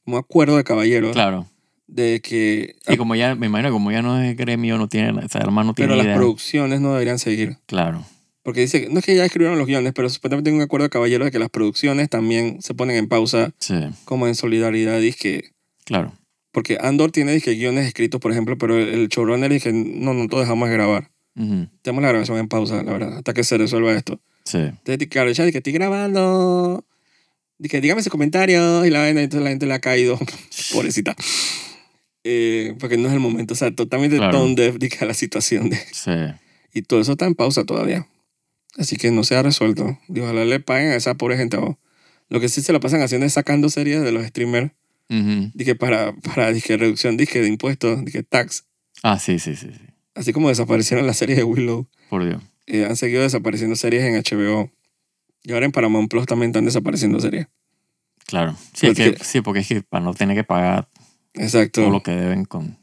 A: como acuerdo de caballeros,
B: Claro.
A: de que
B: Y como ya, me imagino, que como ya no es gremio, no tiene, o sea, hermano no
A: Ah.
B: tiene
A: Pero las
B: idea.
A: producciones no deberían seguir.
B: Claro.
A: Porque dice, que- no es que ya escribieron los guiones, pero supuestamente hay un acuerdo de caballeros de que las producciones también se ponen en pausa
B: Sí,
A: como en solidaridad, que
B: claro.
A: porque Andor tiene dizque, guiones escritos, por ejemplo, pero el, el showrunner dice, no, no te dejamos grabar.
B: Ujú,
A: Tenemos la grabación en pausa, la verdad, hasta que se resuelva esto.
B: Sí.
A: Entonces, claro, ya que estoy grabando. Dije, dígame sus comentarios. Y la vaina, entonces la gente le ha caído. Pobrecita. Eh, porque no es el momento. O sea, totalmente
B: Claro.
A: tone deaf dizque, a la situación. De,
B: Sí.
A: y todo eso está en pausa todavía. Así que no se ha resuelto. Y ojalá le paguen a esa pobre gente. o. Lo que sí se la pasan haciendo es sacando series de los streamers.
B: Ujú.
A: Dije, para, para dizque, reducción dizque, de impuestos, dije, tax.
B: Ah, sí, sí, sí, sí.
A: Así como desaparecieron las series de Willow.
B: Por Dios.
A: eh, han seguido desapareciendo series en HBO. Y ahora en Paramount Plus también están desapareciendo series.
B: Claro. Sí, es
A: Porque-
B: que- sí, porque es que para no tener que pagar
A: Exacto.
B: todo lo que deben con...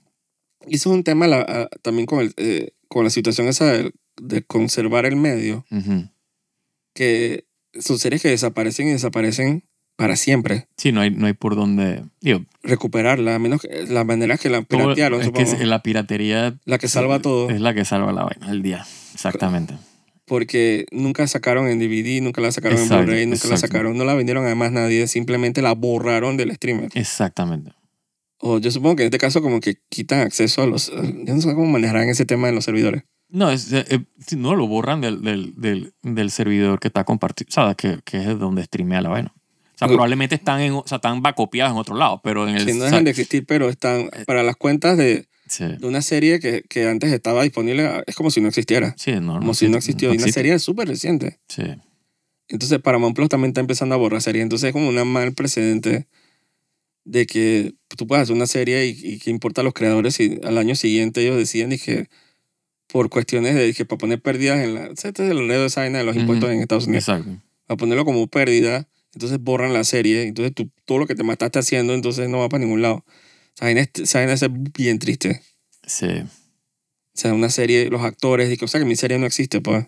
A: Y eso es un tema la- a- también con, el, eh, con la situación esa del- de, conservar el medio,
B: Ujú.
A: que son series que desaparecen y desaparecen para siempre.
B: Sí, no hay, no hay por dónde... Digo,
A: Recuperarla, a menos que la manera que la
B: todo-
A: piratearon,
B: es eh,
A: supongo,
B: que la piratería
A: la que salva todo,
B: es la que salva la vaina al día. Exactamente.
A: porque nunca sacaron en DVD, nunca la sacaron
B: Exacto,
A: en Blu-ray, nunca la
B: exacto.
A: sacaron, no la vendieron además nadie, simplemente la borraron del streamer.
B: Exactamente.
A: O yo supongo que en este caso como que quitan acceso a los... Yo no sé cómo manejarán ese tema en los servidores.
B: No, es- eh, si no lo borran del, del, del, del servidor que está compartido, o sea, que, que es donde streamea la vaina. O sea,
A: Lo-
B: probablemente están, en, o sea, están copiadas en otro lado, pero en el...
A: Que no
B: o sea,
A: dejan de existir, pero
B: Eh,
A: están para las cuentas de,
B: sí,
A: de una serie que, que antes estaba disponible, es como si no existiera.
B: sí, no,
A: Como si no existió. y una
B: existe.
A: serie súper reciente.
B: Sí,
A: Entonces Paramount Plus también está empezando a borrar series. Entonces es como un mal precedente de que tú puedas hacer una serie y, y que importa a los creadores si al año siguiente ellos deciden y que por cuestiones de que para poner pérdidas en la... Este es el enredo de esa vaina de los
B: Ujú.
A: impuestos en Estados Unidos.
B: exacto.
A: Para ponerlo como pérdida, entonces borran la serie. Entonces tú, todo lo que te mataste haciendo, entonces no va para ningún lado. Esa vaina es- esa vaina es bien triste.
B: Sí.
A: O sea, una serie, los actores, y que, o sea, que mi serie no existe, pues.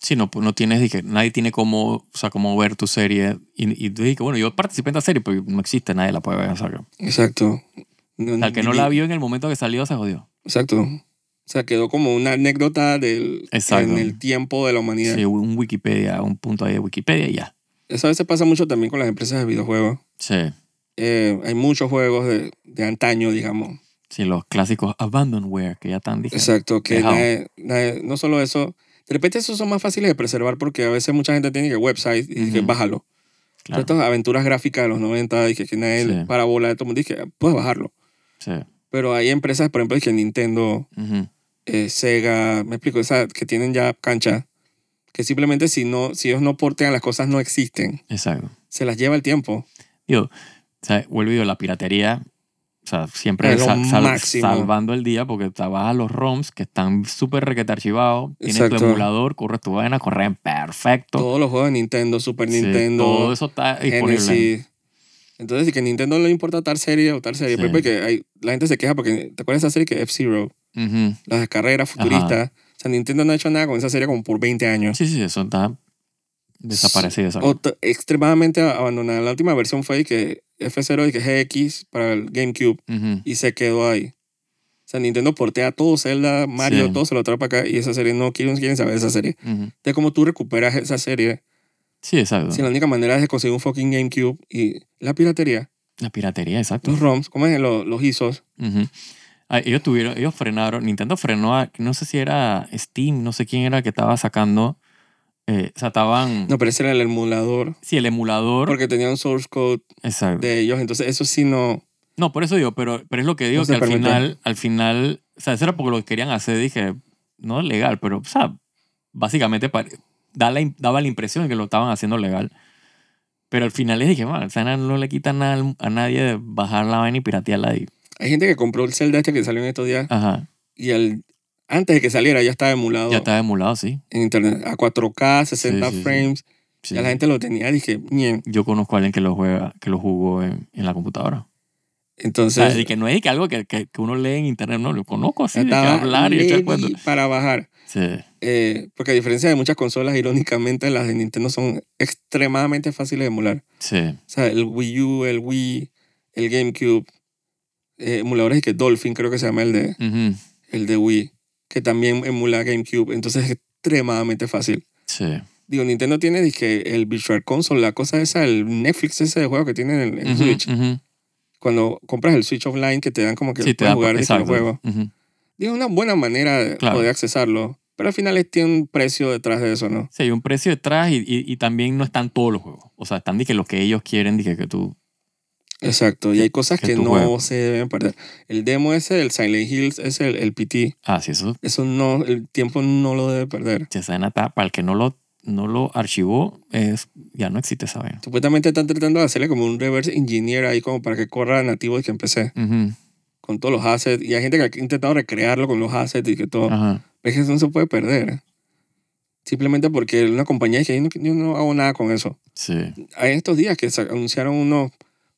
B: Sí, no, no tienes, dije, nadie tiene cómo, o sea, cómo ver tu serie. Y, y tú dije, bueno, yo participé en esta serie, pero no existe, nadie la puede ver. O sea, que- o
A: Exacto.
B: sea, el que no la vio en el momento que salió se jodió.
A: Exacto. O sea, quedó como una anécdota del,
B: Exacto.
A: en el tiempo de la humanidad.
B: Sí, un Wikipedia, un punto ahí de Wikipedia y ya.
A: Eso a veces pasa mucho también con las empresas de videojuegos.
B: Sí,
A: Eh, hay muchos juegos de, de antaño, digamos.
B: sí, los clásicos Abandonware, que ya están, dije.
A: Exacto. Que
B: Dejado.
A: nadie- nadie- no solo eso. De repente esos son más fáciles de preservar porque a veces mucha gente tiene que website y que
B: Ujú.
A: bájalo.
B: Claro,
A: Todas estas aventuras gráficas de los 90 y que, que nadie
B: Sí.
A: le- parabola de todo el mundo dije, puedes bajarlo.
B: sí.
A: Pero hay empresas, por ejemplo, que Nintendo,
B: Ujú.
A: eh, Sega, me explico, esas que tienen ya cancha, que simplemente si, no, si ellos no portean las cosas no existen,
B: Exacto.
A: se las lleva el tiempo.
B: Digo, o sea, vuelvo y digo, la piratería, o sea, siempre
A: Es lo
B: sal- sal-
A: máximo.
B: salvando el día porque te vas a los ROMs que están súper requetarchivados, tienes tu
A: Exacto.
B: emulador, corres tu vaina, corren perfecto.
A: Todos los juegos de Nintendo, Super
B: Sí, todo
A: Nintendo,
B: eso está disponible.
A: Genesis. Entonces, y que Nintendo no le importa tal serie o tal serie,
B: Sí.
A: pero es que hay- la gente se queja porque, ¿te acuerdas de esa serie que es F-Zero?
B: Ujú.
A: Las carreras futuristas. O sea, Nintendo no ha hecho nada con esa serie como por 20 años.
B: Sí, sí, eso está desaparecido. esa-
A: O t- extremadamente abandonada. La última versión fue y que F-Zero y que GX para el GameCube.
B: Ujú.
A: y se quedó ahí. O sea, Nintendo portea todo, Zelda, Mario,
B: Sí.
A: todo se lo trae para acá y esa serie no quieren, quieren saber de esa serie.
B: Ujú.
A: Entonces, ¿cómo tú recuperas esa serie?
B: Sí, exacto.
A: Si la única manera es de conseguir un fucking GameCube y la piratería,
B: La piratería, exacto.
A: los ROMs, ¿cómo es? Los, los ISOs.
B: Ujú. Ah, ellos tuvieron, ellos frenaron, Nintendo frenó a, no sé si era Steam, no sé quién era que estaba sacando, eh, o sea, estaban,
A: No, pero ese era el emulador.
B: sí, el emulador,
A: Porque tenían source code
B: exacto.
A: de ellos, entonces eso sí no.
B: No, por eso digo, pero, pero es lo que digo,
A: No se
B: que al
A: permite.
B: final, al final, o sea, eso era porque lo que querían hacer, dije, no es legal, pero, o sea, básicamente pare- da la im- daba la impresión de que lo estaban haciendo legal. Pero al final les dije, man, o sea, na- no le quitan nada al- a nadie de bajar la vaina y piratearla ahí.
A: Hay gente que compró el Zelda este que salió en estos días
B: Ajá,
A: y el, antes de que saliera ya estaba emulado
B: ya estaba emulado, sí.
A: en internet a 4K, 60
B: Sí, sí, sí.
A: frames.
B: sí.
A: Ya la gente lo tenía, dije, "Ñe".
B: Yo conozco a alguien que lo juega, que lo jugó en, en la computadora. O sea,
A: Entonces.
B: de que no es que algo que, que, que uno lee en internet, no, lo conozco así, de que
A: Estaba
B: hablar y echar
A: ready
B: cuentos.
A: para bajar.
B: Sí,
A: Eh, porque a diferencia de muchas consolas, irónicamente, las de Nintendo son extremadamente fáciles de emular.
B: sí,
A: O sea, el Wii U, el Wii, el GameCube, eh, emuladores que Dolphin creo que se llama el de,
B: ujú,
A: el de Wii, que también emula GameCube. Entonces es extremadamente fácil.
B: Sí.
A: Digo, Nintendo tiene dizque, el Virtual Console, la cosa esa, el Netflix ese de juego que tiene en el en
B: Ujú,
A: Switch.
B: ujú.
A: Cuando compras el Switch Offline que te dan como que
B: Sí, te
A: puedes
B: da
A: jugar dizque, los
B: exacto.
A: juegos.
B: Ujú.
A: Digo, una buena manera de-
B: Claro.
A: o de accesarlo. Pero al final es- tiene un precio detrás de eso, ¿no?
B: Sí, hay un precio detrás y, y, y también no están todos los juegos. O sea, están dije, los que ellos quieren, dije que tú.
A: Exacto. Y hay cosas
B: Que
A: que
B: tú
A: no
B: juegas.
A: se deben perder. El demo ese del Silent Hills, ese el, el PT,
B: Ah, sí, eso.
A: eso no, el tiempo no lo debe perder.
B: Ya saben, hasta para el que no lo, no lo archivó, es, ya no existe, ¿saben?
A: Supuestamente están tratando de hacerle como un reverse engineer ahí como para que corra nativo y que empecé
B: Ujú,
A: con todos los assets. Y hay gente que ha intentado recrearlo con los assets y que todo.
B: Ajá.
A: Es que eso no se puede perder. Simplemente porque una compañía dice, yo no, yo no hago nada con eso.
B: Sí.
A: Hay estos días que sa- anunciaron unos,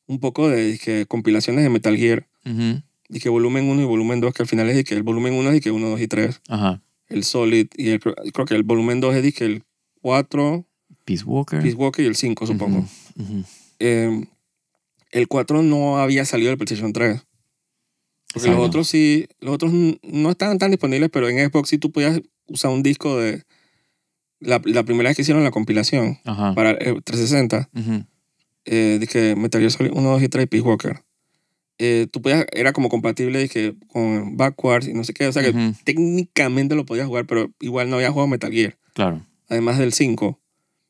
A: un poco de dizque, compilaciones de Metal Gear.
B: Ujú,
A: Y que volumen 1 y volumen 2, que al final es que el volumen 1 es que 1, 2 y 3.
B: Ajá.
A: El Solid y el, creo que el volumen 2 es que el 4,
B: Peace Walker.
A: Peace Walker y el 5, supongo.
B: Ujú, ujú.
A: Eh, el 4 no había salido del PlayStation 3. Porque
B: Exacto.
A: los otros sí, los otros n- no estaban tan disponibles, pero en Xbox sí tú podías usar un disco de la, la primera vez que hicieron la compilación
B: Ajá.
A: para el 360,
B: Ujú,
A: eh, dije Metal Gear Solid 1, 2 y 3 y Peace Walker. Eh, tú podías, era como compatible dije, con Backwards y no sé qué, o sea que
B: ujú.
A: técnicamente lo podías jugar, pero igual no había jugado Metal Gear,
B: Claro.
A: además del 5,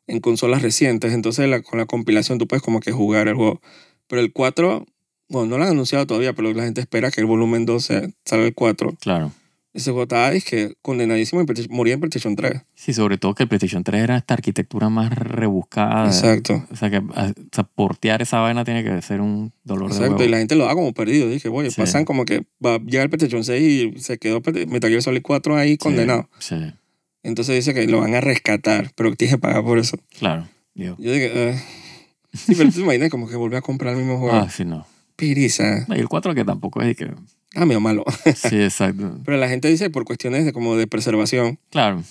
A: en consolas recientes, entonces la- con la compilación tú puedes como que jugar el juego. Pero el 4, bueno, no lo han anunciado todavía, pero la gente espera que el volumen 2 salga el 4.
B: Claro.
A: Ese juego estaba que condenadísimo en PlayStation- moría en PlayStation 3.
B: Sí, sobre todo que el PlayStation 3 era esta arquitectura más rebuscada.
A: Exacto.
B: O sea, que ah, o sea, portear esa vaina tiene que ser un dolor de
A: Exacto. Y
B: huevo.
A: la gente lo da como perdido. Dije, oye,
B: Sí.
A: pasan como que va, llega el PlayStation 6 y se quedó Pet- Metal Gear Solid 4 ahí condenado.
B: Sí, sí,
A: Entonces dice que lo van a rescatar, pero tienes que pagar por eso.
B: claro. Ah, Digo,
A: Yo dije, eh. sí, pero tú te imaginas como que volví a comprar el mismo juego.
B: ah, sí, no.
A: Piriza.
B: No, Y el 4 que tampoco es de que...
A: Ah, medio malo.
B: Sí, exacto.
A: Pero la gente dice por cuestiones de, como de preservación,
B: Claro.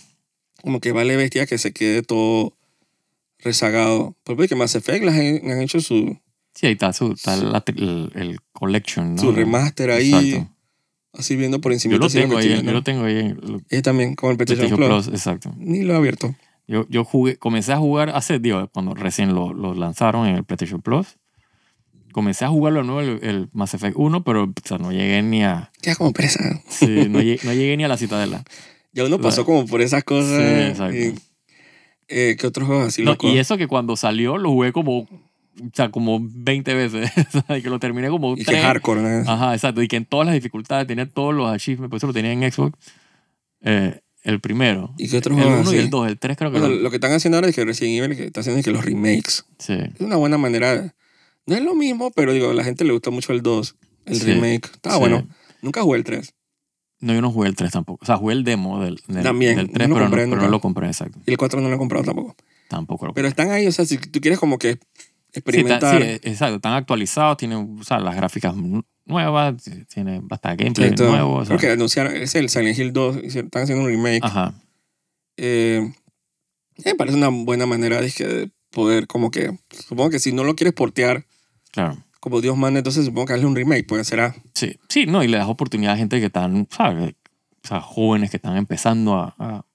A: como que vale bestia que se quede todo rezagado. Porque que Mass Effect las han, han hecho su,
B: Sí, ahí está, su, está la tri- el, el collection, ¿no?
A: su remaster ahí.
B: Exacto.
A: así viendo por encima.
B: Yo lo, tengo ahí, yo lo tengo ahí en el
A: también con Este el PlayStation
B: PlayStation
A: Plus.
B: Plus. Exacto.
A: Ni lo he abierto.
B: Yo, yo jugué, comencé a jugar hace, digo, cuando recién lo, lo lanzaron en el PlayStation Plus. Comencé a jugarlo de nuevo el, el Mass Effect 1, pero o sea, no llegué ni a,
A: Ya como presa.
B: sí, no, llegué, no llegué ni a la citadela.
A: Ya uno pasó
B: Claro.
A: como por esas cosas.
B: Sí, exacto.
A: y, eh, ¿Qué otros juegos así
B: No,
A: loco?
B: y eso que cuando salió lo jugué como, o sea, como 20 veces. O sea, y que lo terminé como
A: Y que
B: tres. Ah,
A: hardcore, ¿no?
B: Ajá, exacto. Y que en todas las dificultades tenía todos los achievements, por eso lo tenía en Xbox. Eh, el primero.
A: ¿Y qué otros
B: El
A: juegos
B: 1 y
A: así?
B: el 2, el 3 creo que
A: Ah, Bueno,
B: lo-
A: lo que están haciendo ahora es que Resident Evil que está haciendo es que los remakes.
B: Sí,
A: Es una buena manera. No es lo mismo, pero digo, a la gente le gusta mucho el 2. El
B: Sí.
A: remake. Está
B: sí.
A: bueno. Nunca jugué el 3.
B: No, yo no jugué el 3 tampoco. O sea, jugué el demo del, del,
A: También,
B: del
A: no
B: 3,
A: lo
B: pero, no,
A: compré
B: pero
A: nunca.
B: no lo compré, exacto.
A: Y el 4 no lo he comprado tampoco.
B: Tampoco lo compré.
A: Pero están ahí, o sea, si tú quieres como que
B: Sí, está-
A: experimentar.
B: sí, eh, exacto. Están actualizados, tienen o sea, las gráficas nu- nuevas, t- tienen bastante gameplay
A: Exacto.
B: nuevo. o sea,
A: Creo que anunciaron, es el Silent Hill 2, hicieron- están haciendo un remake.
B: Ajá.
A: Eh, me parece una buena manera dizque, de poder como que, supongo que si no lo quieres portear
B: Claro.
A: como Dios manda, entonces supongo que hazle un remake, pues será.
B: Sí, sí, no, y le das oportunidad a gente que están, ¿sabes? O sea, jóvenes que están empezando a, a,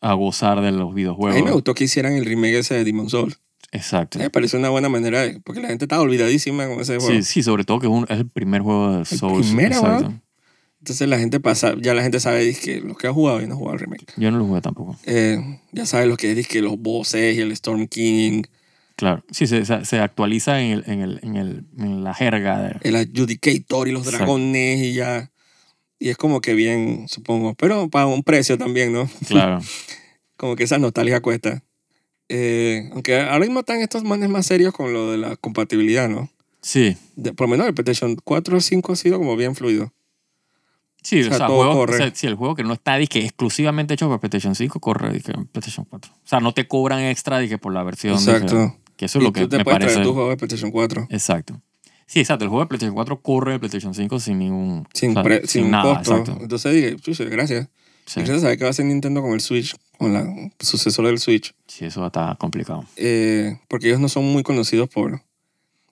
B: a gozar de los
A: A mí me
B: videojuegos.
A: gustó que hicieran el remake ese de Demon Souls.
B: Exacto.
A: Me pareció una buena manera, de- porque la gente estaba olvidadísima con ese juego.
B: Sí, sí, sobre todo que es, un- es el primer juego de Souls.
A: primero, ah?
B: exacto.
A: Entonces la gente pasa, ya la gente sabe que los que ha jugado y no ha jugado el remake.
B: Yo no lo jugué tampoco.
A: Eh, ya sabe lo que es que los bosses y el Storm King,
B: Claro. Sí, se, se- se actualiza en, el, en, el, en, el, en la jerga. de-
A: el Adjudicator y los
B: Exacto.
A: dragones y ya. Y es como que bien, supongo, pero para un precio también, ¿no?
B: claro.
A: como que esa nostalgia cuesta. Eh, aunque ahora mismo están estos manes más serios con lo de la compatibilidad, ¿no?
B: Sí.
A: De- por lo menos el PlayStation 4 o 5 ha sido como bien fluido.
B: Sí,
A: O
B: o
A: sea,
B: sea,
A: todo
B: juegos-
A: corre.
B: o sea, sí, el juego que no está dizque, exclusivamente hecho para PlayStation 5 corre dizque, en PlayStation 4. O sea, no te cobran extra dizque, por la versión. dizque,
A: Exacto.
B: que eso es
A: y
B: lo que
A: tú te
B: me
A: puedes
B: parece.
A: traer tu juego de PlayStation 4
B: Exacto. Sí, exacto. El juego de PlayStation 4 corre en PlayStation 5 sin ningún.
A: sin,
B: o sea,
A: pre- sin, costo.
B: Exacto.
A: Entonces dije, chucho, gracias.
B: Sí,
A: Y gracias a ver qué va a hacer Nintendo con el Switch, con la sucesora del Switch.
B: sí, eso está complicado.
A: Eh, porque ellos no son muy conocidos por...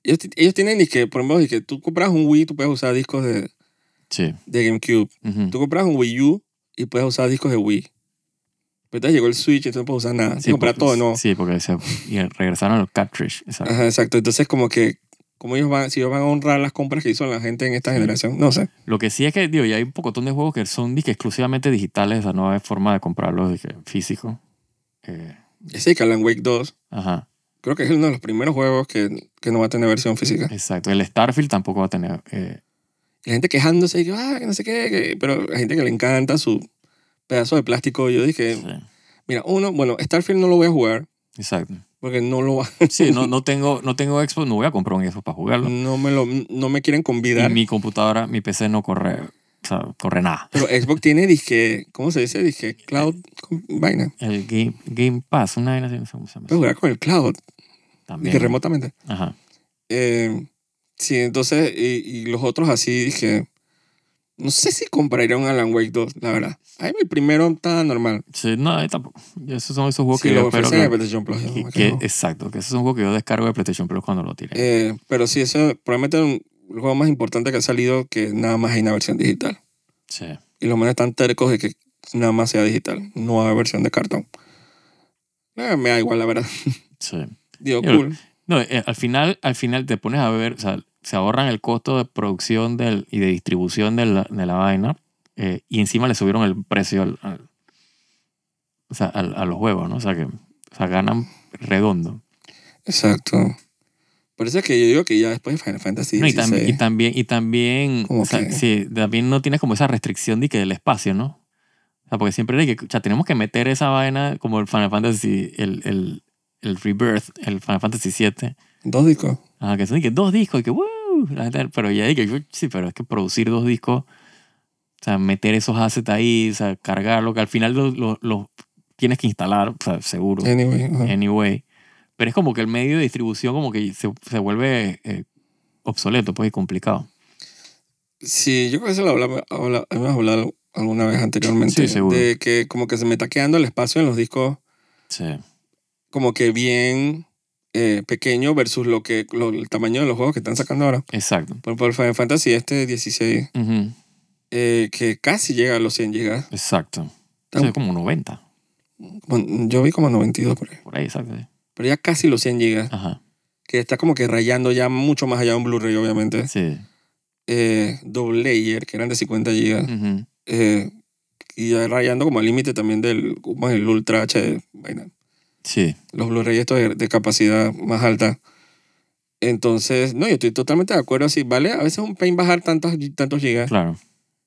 A: Ellos, ti- ellos tienen, disque, por ejemplo, que tú compras un Wii, tú puedes usar discos de,
B: Sí.
A: de GameCube.
B: ujú.
A: Tú compras un Wii U y puedes usar discos de Wii. Pero ahorita llegó el Switch, entonces no puedes usar nada. Sí, comprar
B: porque-
A: todo, ¿no? Ah.
B: Sí, porque se, y regresaron los cartridge. exacto.
A: Ajá, exacto. Entonces, como que, como ellos van, si ellos van a honrar las compras que hizo la gente en esta generación, no sé.
B: Lo que sí es que, digo, ya hay un pocotón de juegos que son dizque, exclusivamente digitales, o sea, no hay forma de comprarlos dizque, físico. Eh,
A: Ese que Alan Wake 2,
B: ajá,
A: creo que es uno de los primeros juegos que, que no va a tener versión física.
B: exacto. El Starfield tampoco va a tener. eh,
A: Y la gente quejándose, y yo, ah, que no sé qué, que- pero la gente que le encanta su pedazo de plástico. Yo dije,
B: sí,
A: mira, uno, bueno, Starfield no lo voy a jugar
B: exacto.
A: porque no lo va-
B: Sí, no, no, tengo, no tengo Xbox, no voy a comprar un Xbox para jugarlo.
A: no me lo, no me quieren
B: Y
A: convidar.
B: mi computadora, mi PC no corre, o sea, corre nada.
A: Pero Xbox tiene, dije, ¿cómo se dice? Dije, cloud, con- vaina.
B: El Game, Game Pass, una de las ¿cómo se llama
A: Puedes
B: eso?
A: jugar con el cloud, dije,
B: También.
A: remotamente.
B: Ajá.
A: Eh, sí, entonces, y, y los otros así, dije, no sé si compraría un Alan Wake 2, la verdad. Ahí el primero está normal.
B: Sí, no, ahí tampoco. Esos son esos juegos
A: Si
B: que
A: lo
B: yo espero
A: ofrecen en
B: que,
A: el PlayStation Plus, yo no
B: que-
A: me
B: que-
A: quejo.
B: Exacto, que esos son juegos que yo descargo de PlayStation Plus cuando lo tire.
A: Eh, pero sí, eso es probablemente un- el juego más importante que ha salido que nada más hay una versión digital.
B: Sí.
A: Y los manes están tercos de que nada más sea digital, no hay versión de cartón. Eh, me da igual, la verdad.
B: Sí.
A: Digo,
B: Yo-
A: cool.
B: No, eh, al final, al final te pones a ver, o sea, se ahorran el costo de producción del, y de distribución de la, de la vaina eh, y encima le subieron el precio al, al- o sea, al- a los juegos, ¿no? O sea, que o sea, ganan redondo.
A: Exacto. Por eso es que yo digo que ya después de Final Fantasy
B: No, y, tam- y
A: XVI,
B: también, y también,
A: Como
B: o sea,
A: que-
B: sí, también no tienes como esa restricción de que del espacio, ¿no? O sea, porque siempre de que, o sea, tenemos que meter esa vaina como el Final Fantasy, el, el, el Rebirth, el Final Fantasy 7.
A: dos discos.
B: Ajá, que son y que dos discos y que wow, la gente- pero ya dije, yo, sí, pero es que producir dos discos, o sea, meter esos assets ahí, o sea, cargarlo, que al final los tienes que instalar, o sea, seguro,
A: Anyway, ajá.
B: anyway. Pero es como que el medio de distribución como que se, se vuelve eh, obsoleto, pues, y complicado.
A: Sí, yo creo que eso lo hablamos, habla- hemos hablado alguna vez anteriormente.
B: Sí, seguro.
A: De que como que se me está quedando el espacio en los discos
B: Sí,
A: como que bien eh, pequeño versus lo que lo- el tamaño de los juegos que están sacando ahora.
B: exacto.
A: Por ejemplo, el Final Fantasy este 16,
B: Ujú,
A: eh, que casi llega a los 100 gigas.
B: Exacto.
A: Está
B: Sí,
A: un-
B: como 90,
A: como- yo vi como 92 por ahí.
B: por ahí, exacto. sí.
A: Pero ya casi los 100 gigas,
B: Ajá,
A: que está como que rayando ya mucho más allá de un Blu-ray, obviamente.
B: sí.
A: Eh, double layer, que eran de 50 gigas.
B: ujú,
A: eh, y ya rayando como al límite también del como el Ultra HD, vaina.
B: Sí,
A: los Blu-ray estos de, de capacidad más alta. Entonces, no, yo estoy totalmente de acuerdo. Así, vale, a veces es un pain bajar tantos, tantos gigas,
B: claro.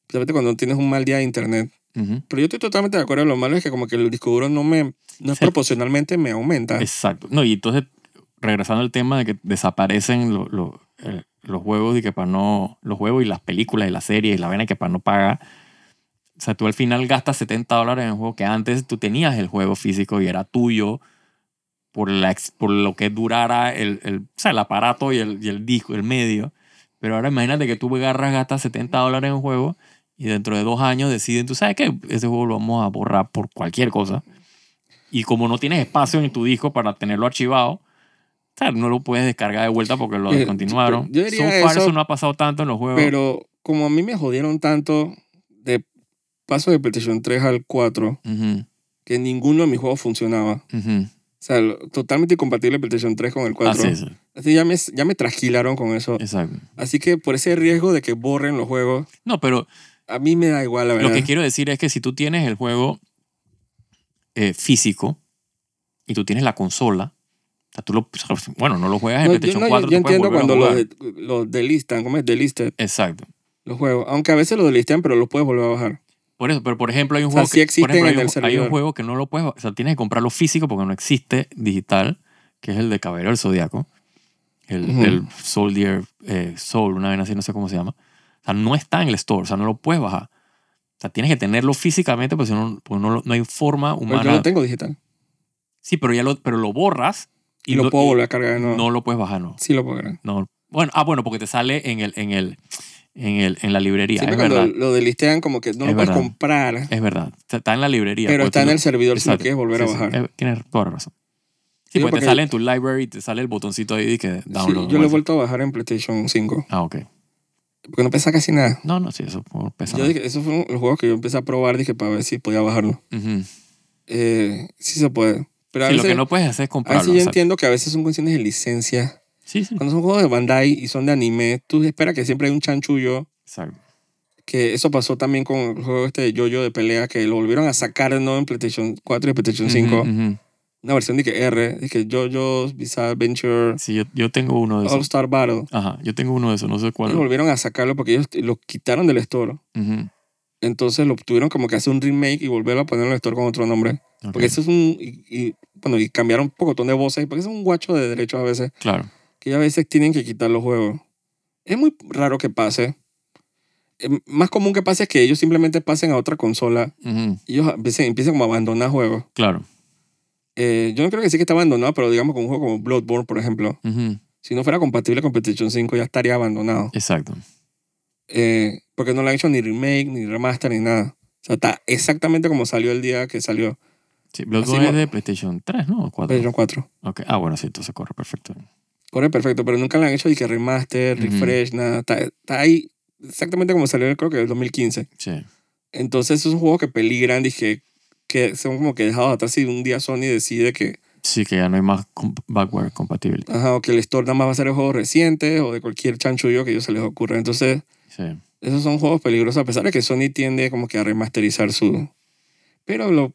A: especialmente cuando tienes un mal día de internet.
B: ujú,
A: Pero yo estoy totalmente de acuerdo. Lo malo es que, como que el disco duro no me, no es
B: Sí.
A: proporcionalmente, me aumenta.
B: Exacto. No, y entonces, regresando al tema de que desaparecen lo- lo- eh, los juegos y que para no. Los juegos y las películas y las series y la vaina que para no pagar. O sea, tú al final gastas 70 dólares en un juego que antes tú tenías el juego físico y era tuyo por, la, ex- por lo que durara el, el, o sea, el aparato y el, y el disco, el medio. Pero ahora imagínate que tú agarras, gastas 70 dólares en un juego y dentro de dos años deciden, tú sabes que ese juego lo vamos a borrar por cualquier cosa. Y como no tienes espacio en tu disco para tenerlo archivado, o sea, no lo puedes descargar de vuelta porque lo
A: Eh,
B: descontinuaron.
A: yo diría
B: so far
A: eso,
B: eso no ha pasado tanto en los juegos.
A: Pero como a mí me jodieron tanto de paso de PlayStation 3 al 4,
B: Ujú,
A: que ninguno de mis juegos funcionaba.
B: ujú.
A: O sea, lo- totalmente incompatible PlayStation 3 con el 4.
B: Así es, Eh.
A: Así ya me, ya me trasquilaron con eso.
B: exacto.
A: Así que por ese riesgo de que borren los juegos,
B: No, pero
A: a mí me da igual, la verdad.
B: Lo que quiero decir es que si tú tienes el juego eh, físico y tú tienes la consola, o sea, tú lo, bueno, no lo juegas en
A: No, yo,
B: PlayStation
A: no, yo-
B: 4,
A: yo
B: tú puedes
A: entiendo
B: volver a
A: cuando los
B: jugar.
A: de- los delistan, ¿cómo es? Delisted,
B: Exacto.
A: los juegos. Aunque a veces los delistan, pero los puedes volver a bajar.
B: Por eso, pero por ejemplo, hay un
A: O sea,
B: juego
A: sí
B: que,
A: existen
B: por ejemplo, hay
A: en
B: un-
A: el
B: hay, un,
A: servidor.
B: juego que no lo puedes, o sea, tienes que comprarlo físico porque no existe digital, que es el de Caballero del Zodiaco, el,
A: Ujú.
B: el Soldier eh, Soul, una vez así, no sé cómo se llama. O sea, no está en el store, o sea, no lo puedes bajar. O sea, tienes que tenerlo físicamente porque si no, pues no, lo- no hay forma
A: Pero
B: humana.
A: yo lo tengo digital.
B: Sí, pero ya lo, pero lo borras
A: Y, lo
B: no-
A: puedo
B: y
A: volver a cargar de
B: no.
A: nuevo.
B: lo puedes bajar, no.
A: Sí lo puedo cargar.
B: no. Bueno, ah, bueno, porque te sale en el, en el, en el, en la librería.
A: Siempre
B: es
A: cuando
B: verdad.
A: lo delistean, como que no
B: Es
A: lo puedes
B: verdad.
A: comprar,
B: Es verdad. O sea, Está en la librería.
A: pero
B: pues,
A: está
B: tú
A: en
B: lo-
A: el servidor si lo
B: Exacto.
A: quieres volver
B: Sí,
A: a
B: sí,
A: bajar.
B: eh, tienes toda la razón. Sí,
A: Digo,
B: porque
A: porque-
B: te sale en tu library, te sale el botoncito ahí de que
A: Sí,
B: download. pues.
A: yo lo he
B: ¿no?
A: vuelto a bajar en PlayStation 5,
B: Ah, ok.
A: porque no pesa casi nada.
B: No, no, sí, eso por pesar.
A: Yo dije, esos fueron los juegos que yo empecé a probar, dije, para ver si podía bajarlo.
B: Ujú.
A: eh, sí se puede. Pero a
B: Sí, lo
A: veces,
B: que no puedes hacer es
A: a veces
B: comprarlo.
A: yo
B: o sea,
A: entiendo que a veces son cuestiones de licencia.
B: Sí, sí.
A: Cuando son juegos de Bandai y son de anime, tú esperas que siempre hay un chanchullo.
B: Exacto.
A: Que eso pasó también con el juego este de Yo-Yo de pelea, que lo volvieron a sacar de nuevo en PlayStation 4 y PlayStation 5.
B: Ujú, ujú.
A: Una versión de que R, de que Yo-Jo's Bizarre Adventure,
B: Sí, yo, yo tengo uno de
A: All
B: esos.
A: Star Battle.
B: Ajá, yo tengo uno de esos, no sé
A: Y
B: cuál.
A: volvieron a sacarlo porque ellos lo quitaron del store.
B: Ujú,
A: Entonces lo tuvieron como que hacer un remake y volverlo a poner en el store con otro nombre.
B: ok,
A: Porque eso es un. Y, y, bueno, y cambiaron un pocotón de voces, porque es un guacho de derechos a veces,
B: Claro.
A: que a veces tienen que quitar los juegos. Es muy raro que pase. Eh, más común que pase es que ellos simplemente pasen a otra consola
B: Ujú,
A: y ellos empiecen, empiezan como a abandonar juegos.
B: Claro.
A: Eh, yo no creo que sí que está abandonado, pero digamos con un juego como Bloodborne, por ejemplo,
B: Ujú,
A: si no fuera compatible con PlayStation 5 ya estaría abandonado.
B: Exacto.
A: Eh, porque no le han hecho ni remake, ni remaster, ni nada. O sea, está exactamente como salió el día que salió
B: Sí, Bloodborne
A: Así
B: es
A: mo-
B: de PlayStation 3, ¿no? ¿O 4?
A: PlayStation 4.
B: Ok. Ah, bueno, sí, entonces corre perfecto.
A: Corre perfecto, pero nunca le han hecho de que remaster,
B: Ujú.
A: refresh, nada. Está, está ahí exactamente como salió, creo que en el 2015.
B: Sí.
A: Entonces, esos juegos que peligran, dije, que son como que dejados atrás y un día Sony decide que,
B: Sí, que ya no hay más com- backward compatibility.
A: ajá, o que el store nada más va a ser de juegos recientes o de cualquier chanchullo que a ellos se les ocurra. Entonces,
B: Sí.
A: esos son juegos peligrosos, a pesar de que Sony tiende como que a remasterizar su... Pero lo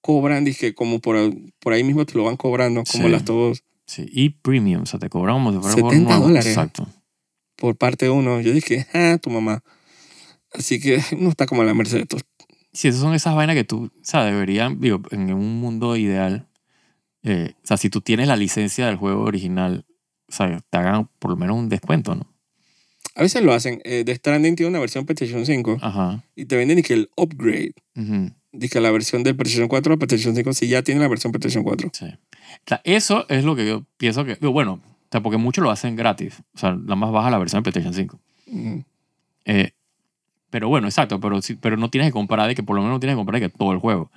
A: cobran, dije, como por, por ahí mismo te lo van cobrando, como
B: Sí.
A: las todos
B: Sí, y premium, o sea, te cobramos de
A: 70 dólares.
B: Exacto.
A: por parte de uno. Yo dije, ah, tu mamá. Así que uno está como a la merced de estos
B: Sí, esas son esas vainas que tú, o sea, deberían, digo, en un mundo ideal, eh, o sea, si tú tienes la licencia del juego original, o sea, te hagan por lo menos un descuento, ¿no?
A: A veces lo hacen. Eh, The Stranding tiene una versión PlayStation 5
B: Ajá.
A: y te venden y que el upgrade,
B: Ujú,
A: de que la versión del PlayStation 4 al PlayStation 5, si ya tiene la versión PlayStation 4.
B: sí. O sea, eso es lo que yo pienso que, digo, bueno, o sea, porque muchos lo hacen gratis, o sea, la más baja la versión de PlayStation 5.
A: Mm.
B: Eh, pero bueno, exacto, pero, sí- pero no tienes que comprar de que, por lo menos no tienes que comprar de que todo el juego.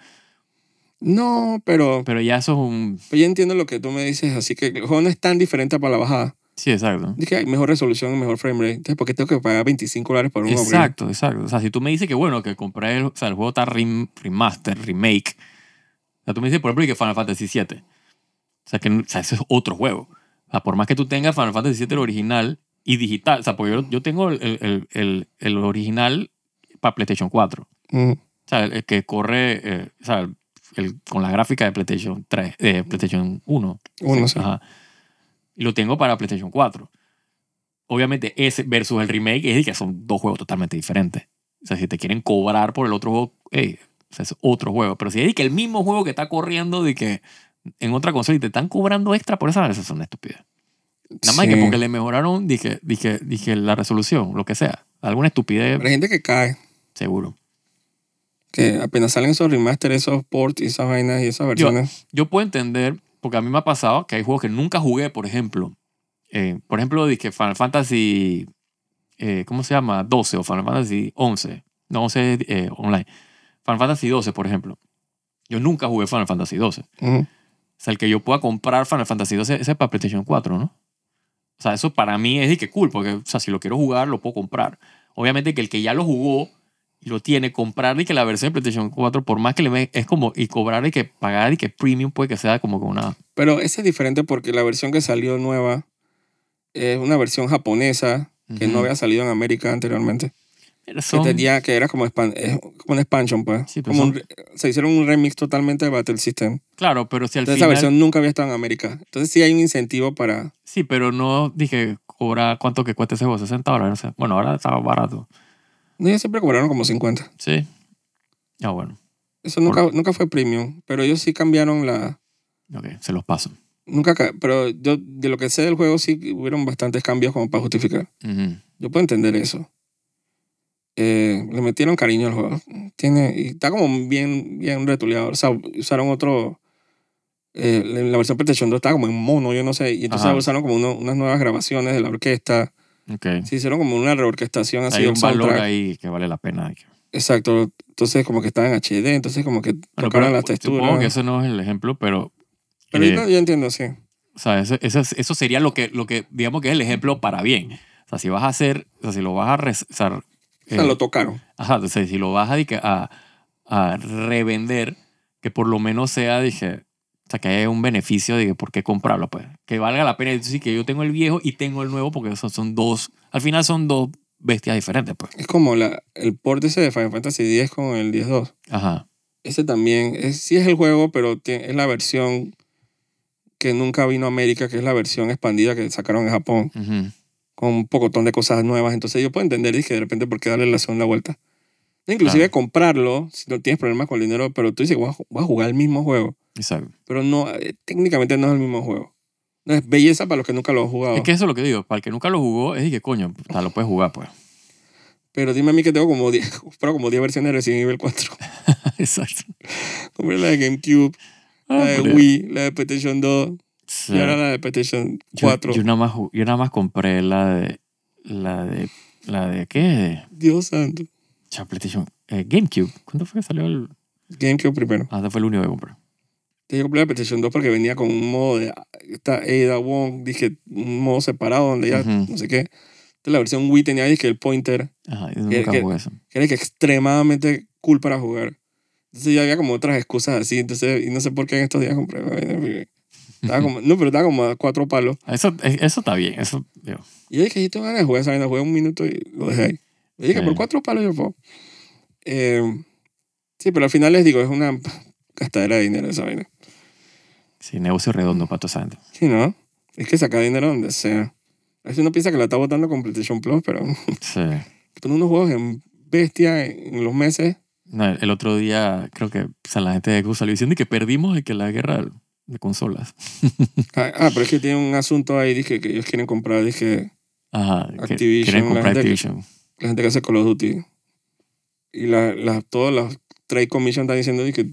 A: No, pero,
B: Pero ya eso es un...
A: pero ya entiendo lo que tú me dices, así que el juego no es tan diferente para la bajada.
B: Sí, exacto.
A: Dije, hay mejor resolución y mejor frame rate. Entonces, ¿por qué tengo que pagar 25 dólares por un upgrade?
B: Exacto, exacto. O sea, si tú me dices que, bueno, que compré el, o sea, el juego está rem- remaster, remake. O sea, tú me dices, por ejemplo, que Final Fantasy VII. O sea, que no- o sea, ese es otro juego. O sea, por más que tú tengas Final Fantasy VII el original y digital. O sea, porque yo, yo tengo el, el- el- el original para PlayStation 4.
A: Mm.
B: O sea, el, el que corre eh, o sea, el- el- con la gráfica de PlayStation 3, de PlayStation 1.
A: Uno, sí.
B: Ajá. Y lo tengo para PlayStation 4. Obviamente ese versus el remake es de que son dos juegos totalmente diferentes. O sea, si te quieren cobrar por el otro juego, ey, o sea, es otro juego. Pero si es de que el mismo juego que está corriendo de que en otra consola y te están cobrando extra por esa, eso es una estupidez. Nada más
A: Sí.
B: que porque le mejoraron dije, dije, dije la resolución, lo que sea. Alguna estupidez,
A: Pero hay gente que cae,
B: seguro.
A: que apenas salen esos remaster, esos ports y esas vainas y esas versiones.
B: yo puedo entender, porque a mí me ha pasado que hay juegos que nunca jugué, por ejemplo. Eh, por ejemplo, dije Final Fantasy, eh, ¿cómo se llama? 12 o Final Fantasy 11. No, 11 es, eh, online. Final Fantasy 12, por ejemplo. Yo nunca jugué Final Fantasy 12. O
A: Mm.
B: sea, el que yo pueda comprar Final Fantasy 12, ese es para PlayStation 4, ¿no? O sea, eso para mí es de que cool, porque o sea, si lo quiero jugar, lo puedo comprar. Obviamente que el que ya lo jugó y lo tiene, comprar y que la versión de PlayStation 4, por más que le me, es como, y cobrar y que pagar y que premium puede que sea como que una...
A: Pero ese es diferente porque la versión que salió nueva es una versión japonesa que no
B: Ujú.
A: había salido en América anteriormente.
B: Pero
A: que
B: son-
A: tenía que era como, expan- eh, como un expansion pues
B: Sí, pero
A: como un
B: son-
A: re- se hicieron un remix totalmente de Battle System
B: claro, pero si al
A: entonces esa
B: final...
A: versión nunca había estado en América entonces sí hay un incentivo para
B: Sí, pero no dije cobrar cuánto que cuesta ese juego, 60 dólares. no sé. Bueno, ahora estaba barato.
A: no ellos siempre cobraron como 50
B: Sí. Ah, bueno.
A: eso nunca nunca fue premium pero ellos sí cambiaron la
B: Ok, se los paso.
A: nunca ca- pero yo de lo que sé del juego sí hubieron bastantes cambios como para justificar
B: Ujú.
A: yo puedo entender eso Eh, le metieron cariño al juego tiene y está como bien bien retuleado o sea usaron otro eh, la la versión PlayStation 2 estaba como en mono, yo no sé. Y entonces
B: Ajá.
A: usaron como uno- unas nuevas grabaciones de la orquesta.
B: Ok.
A: Se hicieron como una reorquestación así
B: Hay
A: del
B: un valor
A: soundtrack.
B: ahí que vale la pena.
A: Exacto. Entonces como que estaba en HD, entonces como que
B: Bueno,
A: tocaron
B: pero
A: las
B: pues, supongo que
A: texturas.
B: ese no es el ejemplo, pero...
A: Pero
B: eh,
A: yo, yo entiendo, sí.
B: o sea, eso, eso, es- eso sería lo que, lo que, digamos que es el ejemplo para bien. O sea, si vas a hacer, o sea, si lo vas a... res- o sea,
A: O sea,
B: eh,
A: lo tocaron.
B: Ajá, entonces si lo vas a, dique- a, a revender, que por lo menos sea, dije, o sea, que haya un beneficio, dije, ¿por qué comprarlo? Pues que valga la pena. Sí, que yo tengo el viejo y tengo el nuevo porque son, son dos, al final son dos bestias diferentes, pues.
A: Es como la, el port ese de Final Fantasy X con el 10.2.
B: Ajá.
A: Ese también es, sí es el juego, pero tie- es la versión que nunca vino a América, que es la versión expandida que sacaron en Japón,
B: Ujú.
A: con un pocotón de cosas nuevas. Entonces yo puedo entender, dije, de repente, ¿por qué darle la segunda vuelta? Inclusive
B: Claro.
A: comprarlo, si no tienes problemas con el dinero, pero tú dices, voy a, ju- voy a jugar el mismo juego.
B: Exacto.
A: Pero no, eh, técnicamente no es el mismo juego. No es belleza para los que nunca lo han jugado.
B: Es que eso es lo que digo. Para el que nunca lo jugó, es que coño, o sea, lo puedes jugar, pues.
A: Pero dime a mí que tengo como 10, pero como 10 versiones de Resident Evil 4.
B: Exacto.
A: Compré la de GameCube, la
B: Ah,
A: de
B: por
A: Eh, Wii, la de PlayStation 2,
B: Dios.
A: y ahora la de PlayStation
B: Yo-
A: 4.
B: Yo, nada más, ju- yo nada más compré la de. La de. ¿La de qué?
A: Dios santo.
B: Cha, PlayStation. eh, GameCube. ¿Cuándo fue que salió el.?
A: GameCube primero.
B: Ah, ese fue el único que compré.
A: Yo compré la PlayStation 2 porque venía con un modo de esta Ada Wong, dije un modo separado donde ya
B: Ujú.
A: no sé qué. Entonces la versión Wii tenía dije, el pointer,
B: Ajá, yo
A: Que-
B: nunca
A: que-
B: jugué eso.
A: que era que extremadamente cool para jugar. Entonces ya había como otras excusas así, entonces, y no sé por qué en estos días compré. Estaba como, no, pero estaba como a cuatro palos.
B: Eso, eh, eso está bien. Eso, digo,
A: Y yo dije, yo tengo ganas de jugar esa vaina, jugué un minuto y lo dejé ahí. Yo dije,
B: Sí.
A: por cuatro palos yo puedo. Eh, sí, pero al final les digo, es una gastadera de dinero esa vaina.
B: sí, negocio redondo para toda esa gente.
A: Sí, ¿no? Es que saca dinero donde sea. A veces uno piensa que la está botando con PlayStation Plus, pero
B: Sí.
A: ponen unos juegos en bestia en los meses.
B: No, el el otro día, creo que o sea, la gente de Q salió diciendo que perdimos y que la guerra de consolas.
A: Ah, ah, pero es que tiene un asunto ahí, dije, que ellos quieren comprar, dije,
B: Ajá. que
A: Activision,
B: quieren
A: la
B: comprar
A: gente que-
B: Activision.
A: la gente que hace Call of Duty. Y la, la- todos los trade commission están diciendo de que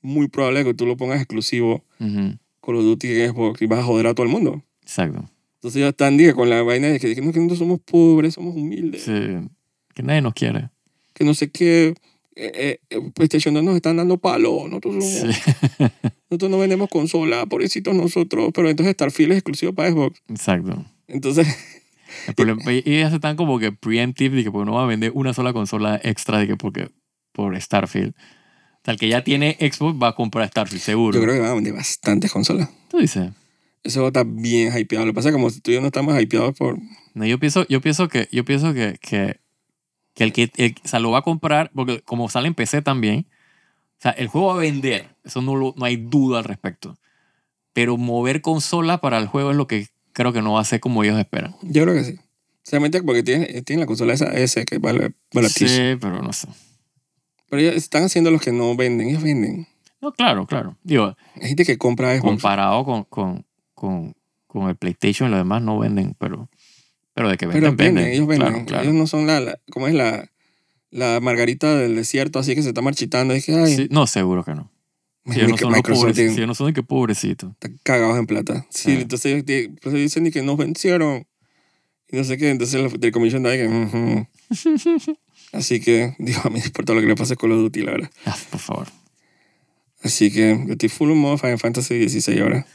A: muy probable que tú lo pongas exclusivo
B: Ujú,
A: Call of Duty en Xbox y vas a joder a todo el mundo.
B: Exacto.
A: Entonces ellos están dije, con la vaina de que, de que no, que nosotros somos pobres, somos humildes,
B: Sí. Que nadie nos quiere.
A: que no sé qué. eh, eh, eh, PlayStation 2 nos están dando palo, nosotros, somos-
B: Sí.
A: nosotros no vendemos consola, pobrecitos nosotros, pero entonces Starfield es exclusivo para Xbox.
B: Exacto.
A: Entonces,
B: El problema- pues, y y ellas están como que preemptive de que porque no va a vender una sola consola extra de que porque por Starfield. O sea, el que ya tiene Xbox va a comprar Starfield, seguro.
A: yo creo que van a vender bastantes consolas.
B: Tú dices.
A: Eso está bien hypeado. Lo que pasa es que como tú y yo no estamos hypeados por...
B: No, yo pienso, yo pienso que, yo pienso que, que, que el que el- o sea, lo va a comprar, porque como sale en PC también, o sea, el juego va a vender. Eso no, lo- no hay duda al respecto. Pero mover consola para el juego es lo que creo que no va a ser como ellos esperan.
A: Yo creo que sí. Solamente porque tienen, tienen la consola esa S que vale baratísimo.
B: Sí, pero no sé.
A: Pero ellos están haciendo los que no venden. Ellos venden.
B: No, claro, claro. Digo,
A: Hay gente que compra Xbox.
B: comparado con, con, con, con el PlayStation y lo demás no venden, pero, pero de que
A: pero
B: venden,
A: venden, ellos venden.
B: Claro, claro.
A: Ellos no son la, la- ¿Cómo es la, la margarita del desierto así que se está marchitando? Es que, ay,
B: Sí, no, seguro que no. Si
A: ni
B: ellos no
A: que
B: son los
A: Microsoft
B: pobrecitos.
A: tiene-
B: Si ellos no son de que pobrecito.
A: están cagados en plata. Sí,
B: Ah.
A: entonces ellos di- por eso dicen ni que nos vencieron. Y no sé qué. Entonces la Telecomisión da de que... ujú. Así que, digo, a mí me importa lo que le pase con los Duty, la verdad.
B: Ah, por favor.
A: Así que yo estoy full en modo Final Fantasy 16 ahora.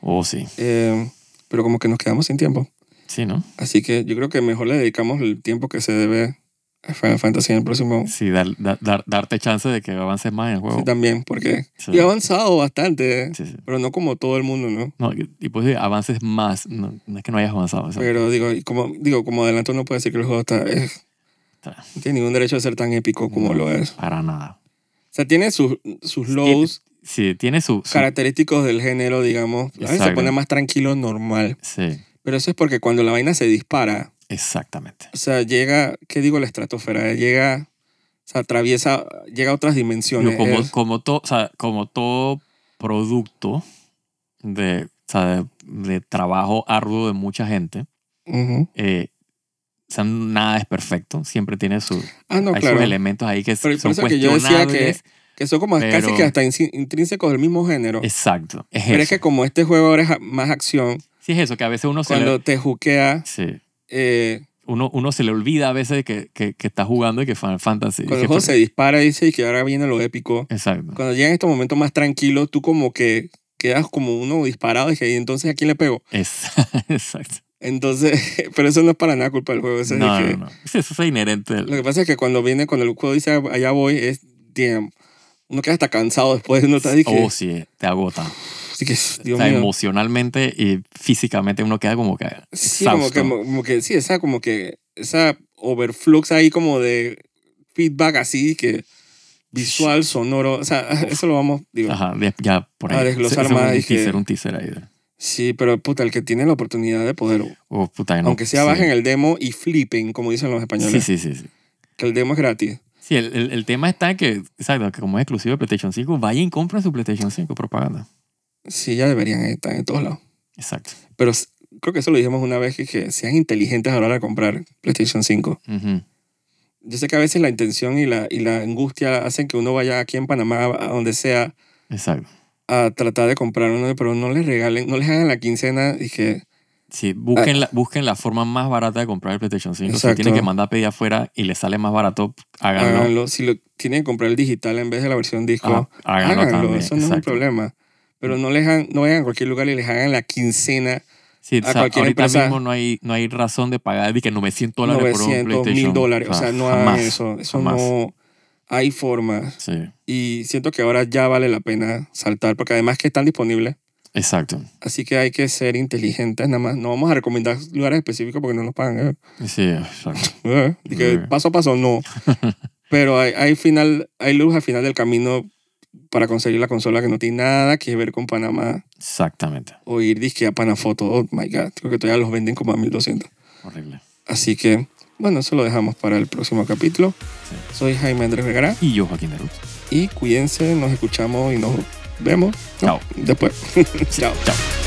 B: Oh, sí.
A: Eh, pero como que nos quedamos sin tiempo.
B: Sí, ¿no?
A: Así que yo creo que mejor le dedicamos el tiempo que se debe a Final Fantasy en el próximo.
B: Sí, dar, dar- dar- darte chance de que avances más en el juego.
A: Sí, también, porque
B: Sí.
A: yo he avanzado bastante, eh,
B: Sí, sí.
A: pero no como todo el mundo, ¿no?
B: No, y y pues sí, avances más. No, no es que no hayas avanzado. o sea,
A: Pero digo, y como, digo, como adelanto no puede decir que el juego está, es-
B: está-
A: no tiene ningún derecho a ser tan épico como
B: No.
A: lo es.
B: para nada.
A: O sea, tiene sus, sus lows
B: Sí, tiene su... su-
A: característicos del género, digamos. A veces se
B: Exacto.
A: pone más tranquilo normal.
B: sí,
A: Pero eso es porque cuando la vaina se dispara,
B: exactamente.
A: O sea, llega, ¿qué digo la estratosfera? eh, Llega, o sea, atraviesa, llega a otras dimensiones.
B: Digo, como,
A: Es-
B: como, to- o sea, como todo producto de, o sea, de, de trabajo arduo de mucha gente,
A: Ujú.
B: eh, o sea, nada es perfecto. Siempre tiene su,
A: Ah, no,
B: hay sus
A: claro.
B: elementos ahí que
A: Pero
B: son
A: por eso que yo decía que,
B: cuestionables.
A: que son como casi
B: pero-
A: que hasta insi- intrínsecos del mismo género.
B: Exacto. Es
A: pero es
B: eso.
A: que como este juego ahora es a- más acción,
B: Sí, es eso, que a veces uno se... le-
A: cuando te juquea,
B: Sí.
A: eh,
B: Uno, uno se le olvida a veces que, que, que está jugando y que Final Fantasy. y
A: cuando
B: que-
A: el juego se dispara, dice, y que ahora viene lo épico.
B: Exacto.
A: Cuando llegan estos momentos más tranquilos, tú como que quedas como uno disparado y que "¿Y entonces ¿a quién le pego?
B: Es- Exacto.
A: Entonces, pero eso no es para nada culpa del juego. Eso es de
B: No,
A: que-
B: no, no. Sí, Eso es inherente.
A: "Ah, Lo que pasa es que cuando viene, cuando el juego dice allá voy, es damn. Uno queda hasta cansado después de no estar ahí. que-
B: Oh, sí, te agota.
A: así que,
B: O
A: Dios
B: sea,
A: mío.
B: emocionalmente y físicamente uno queda como que
A: Sí, como que,
B: exhausto.
A: como que, sí, esa como que, esa overflux ahí como de feedback así que visual, sonoro, o sea,
B: Uf.
A: eso lo vamos, digo.
B: Ajá, de- ya por ahí.
A: A desglosar
B: Ese- ese
A: más
B: es
A: y
B: Un
A: que-
B: teaser, un teaser ahí. de-
A: Sí, pero puta, el que tiene la oportunidad de poder,
B: Oh, puta, no,
A: aunque sea
B: sí.
A: bajen el ¿eh? demo y flipen, como dicen los
B: Sí,
A: españoles,
B: sí, sí. sí.
A: que el demo es gratis.
B: Sí, el, el, el tema está que, exacto, que como es exclusivo de PlayStation 5, vayan y compren su PlayStation 5 propaganda.
A: Sí, ya deberían estar en todos lados.
B: Exacto.
A: Pero s- creo que eso lo dijimos una vez, que, que sean inteligentes a la hora de comprar PlayStation 5.
B: Ujú.
A: Yo sé que a veces la intención y la, y la angustia hacen que uno vaya aquí en Panamá, a donde sea,
B: Exacto.
A: a tratar de comprar uno, pero no les regalen, no les hagan la quincena y que
B: Sí, busquen la, busquen la forma más barata de comprar el PlayStation 5.
A: Ah. Exacto.
B: Si tienen que mandar a pedir afuera y les sale más barato, háganlo.
A: háganlo. Si lo tienen que comprar el digital en vez de la versión disco,
B: Ajá, háganlo,
A: háganlo,
B: también.
A: eso no es un
B: exacto.
A: problema. Pero no, les hagan- no vayan a cualquier lugar y les hagan la quincena,
B: Sí,
A: a
B: o sea,
A: cualquier
B: ahorita
A: empresa.
B: mismo no hay, no hay razón de pagar de que 900 dólares por un
A: 900,
B: PlayStation. Ah,
A: 1000 dólares. O sea, no hagan
B: jamás.
A: eso. Eso
B: jamás.
A: no. Hay formas.
B: Sí,
A: Y siento que ahora ya vale la pena saltar, porque además que están disponibles.
B: exacto.
A: Así que hay que ser inteligentes, nada más. No vamos a recomendar lugares específicos porque no nos pagan. ¿eh?
B: Sí, exacto.
A: Eh, de que
B: Mm.
A: paso a paso no. Pero hay, hay final, hay luz al final del camino para conseguir la consola que no tiene nada que ver con Panamá
B: Exactamente.
A: o ir disque a Panafoto. Oh my God, creo que todavía los venden como a 1200.
B: Horrible.
A: Así que, bueno, eso lo dejamos para el próximo capítulo.
B: Sí.
A: Soy Jaime Andrés Vergara
B: Y yo, Joaquín Deruz.
A: y cuídense, nos escuchamos y nos vemos
B: Chao.
A: después.
B: Sí,
A: Chao.
B: Chao.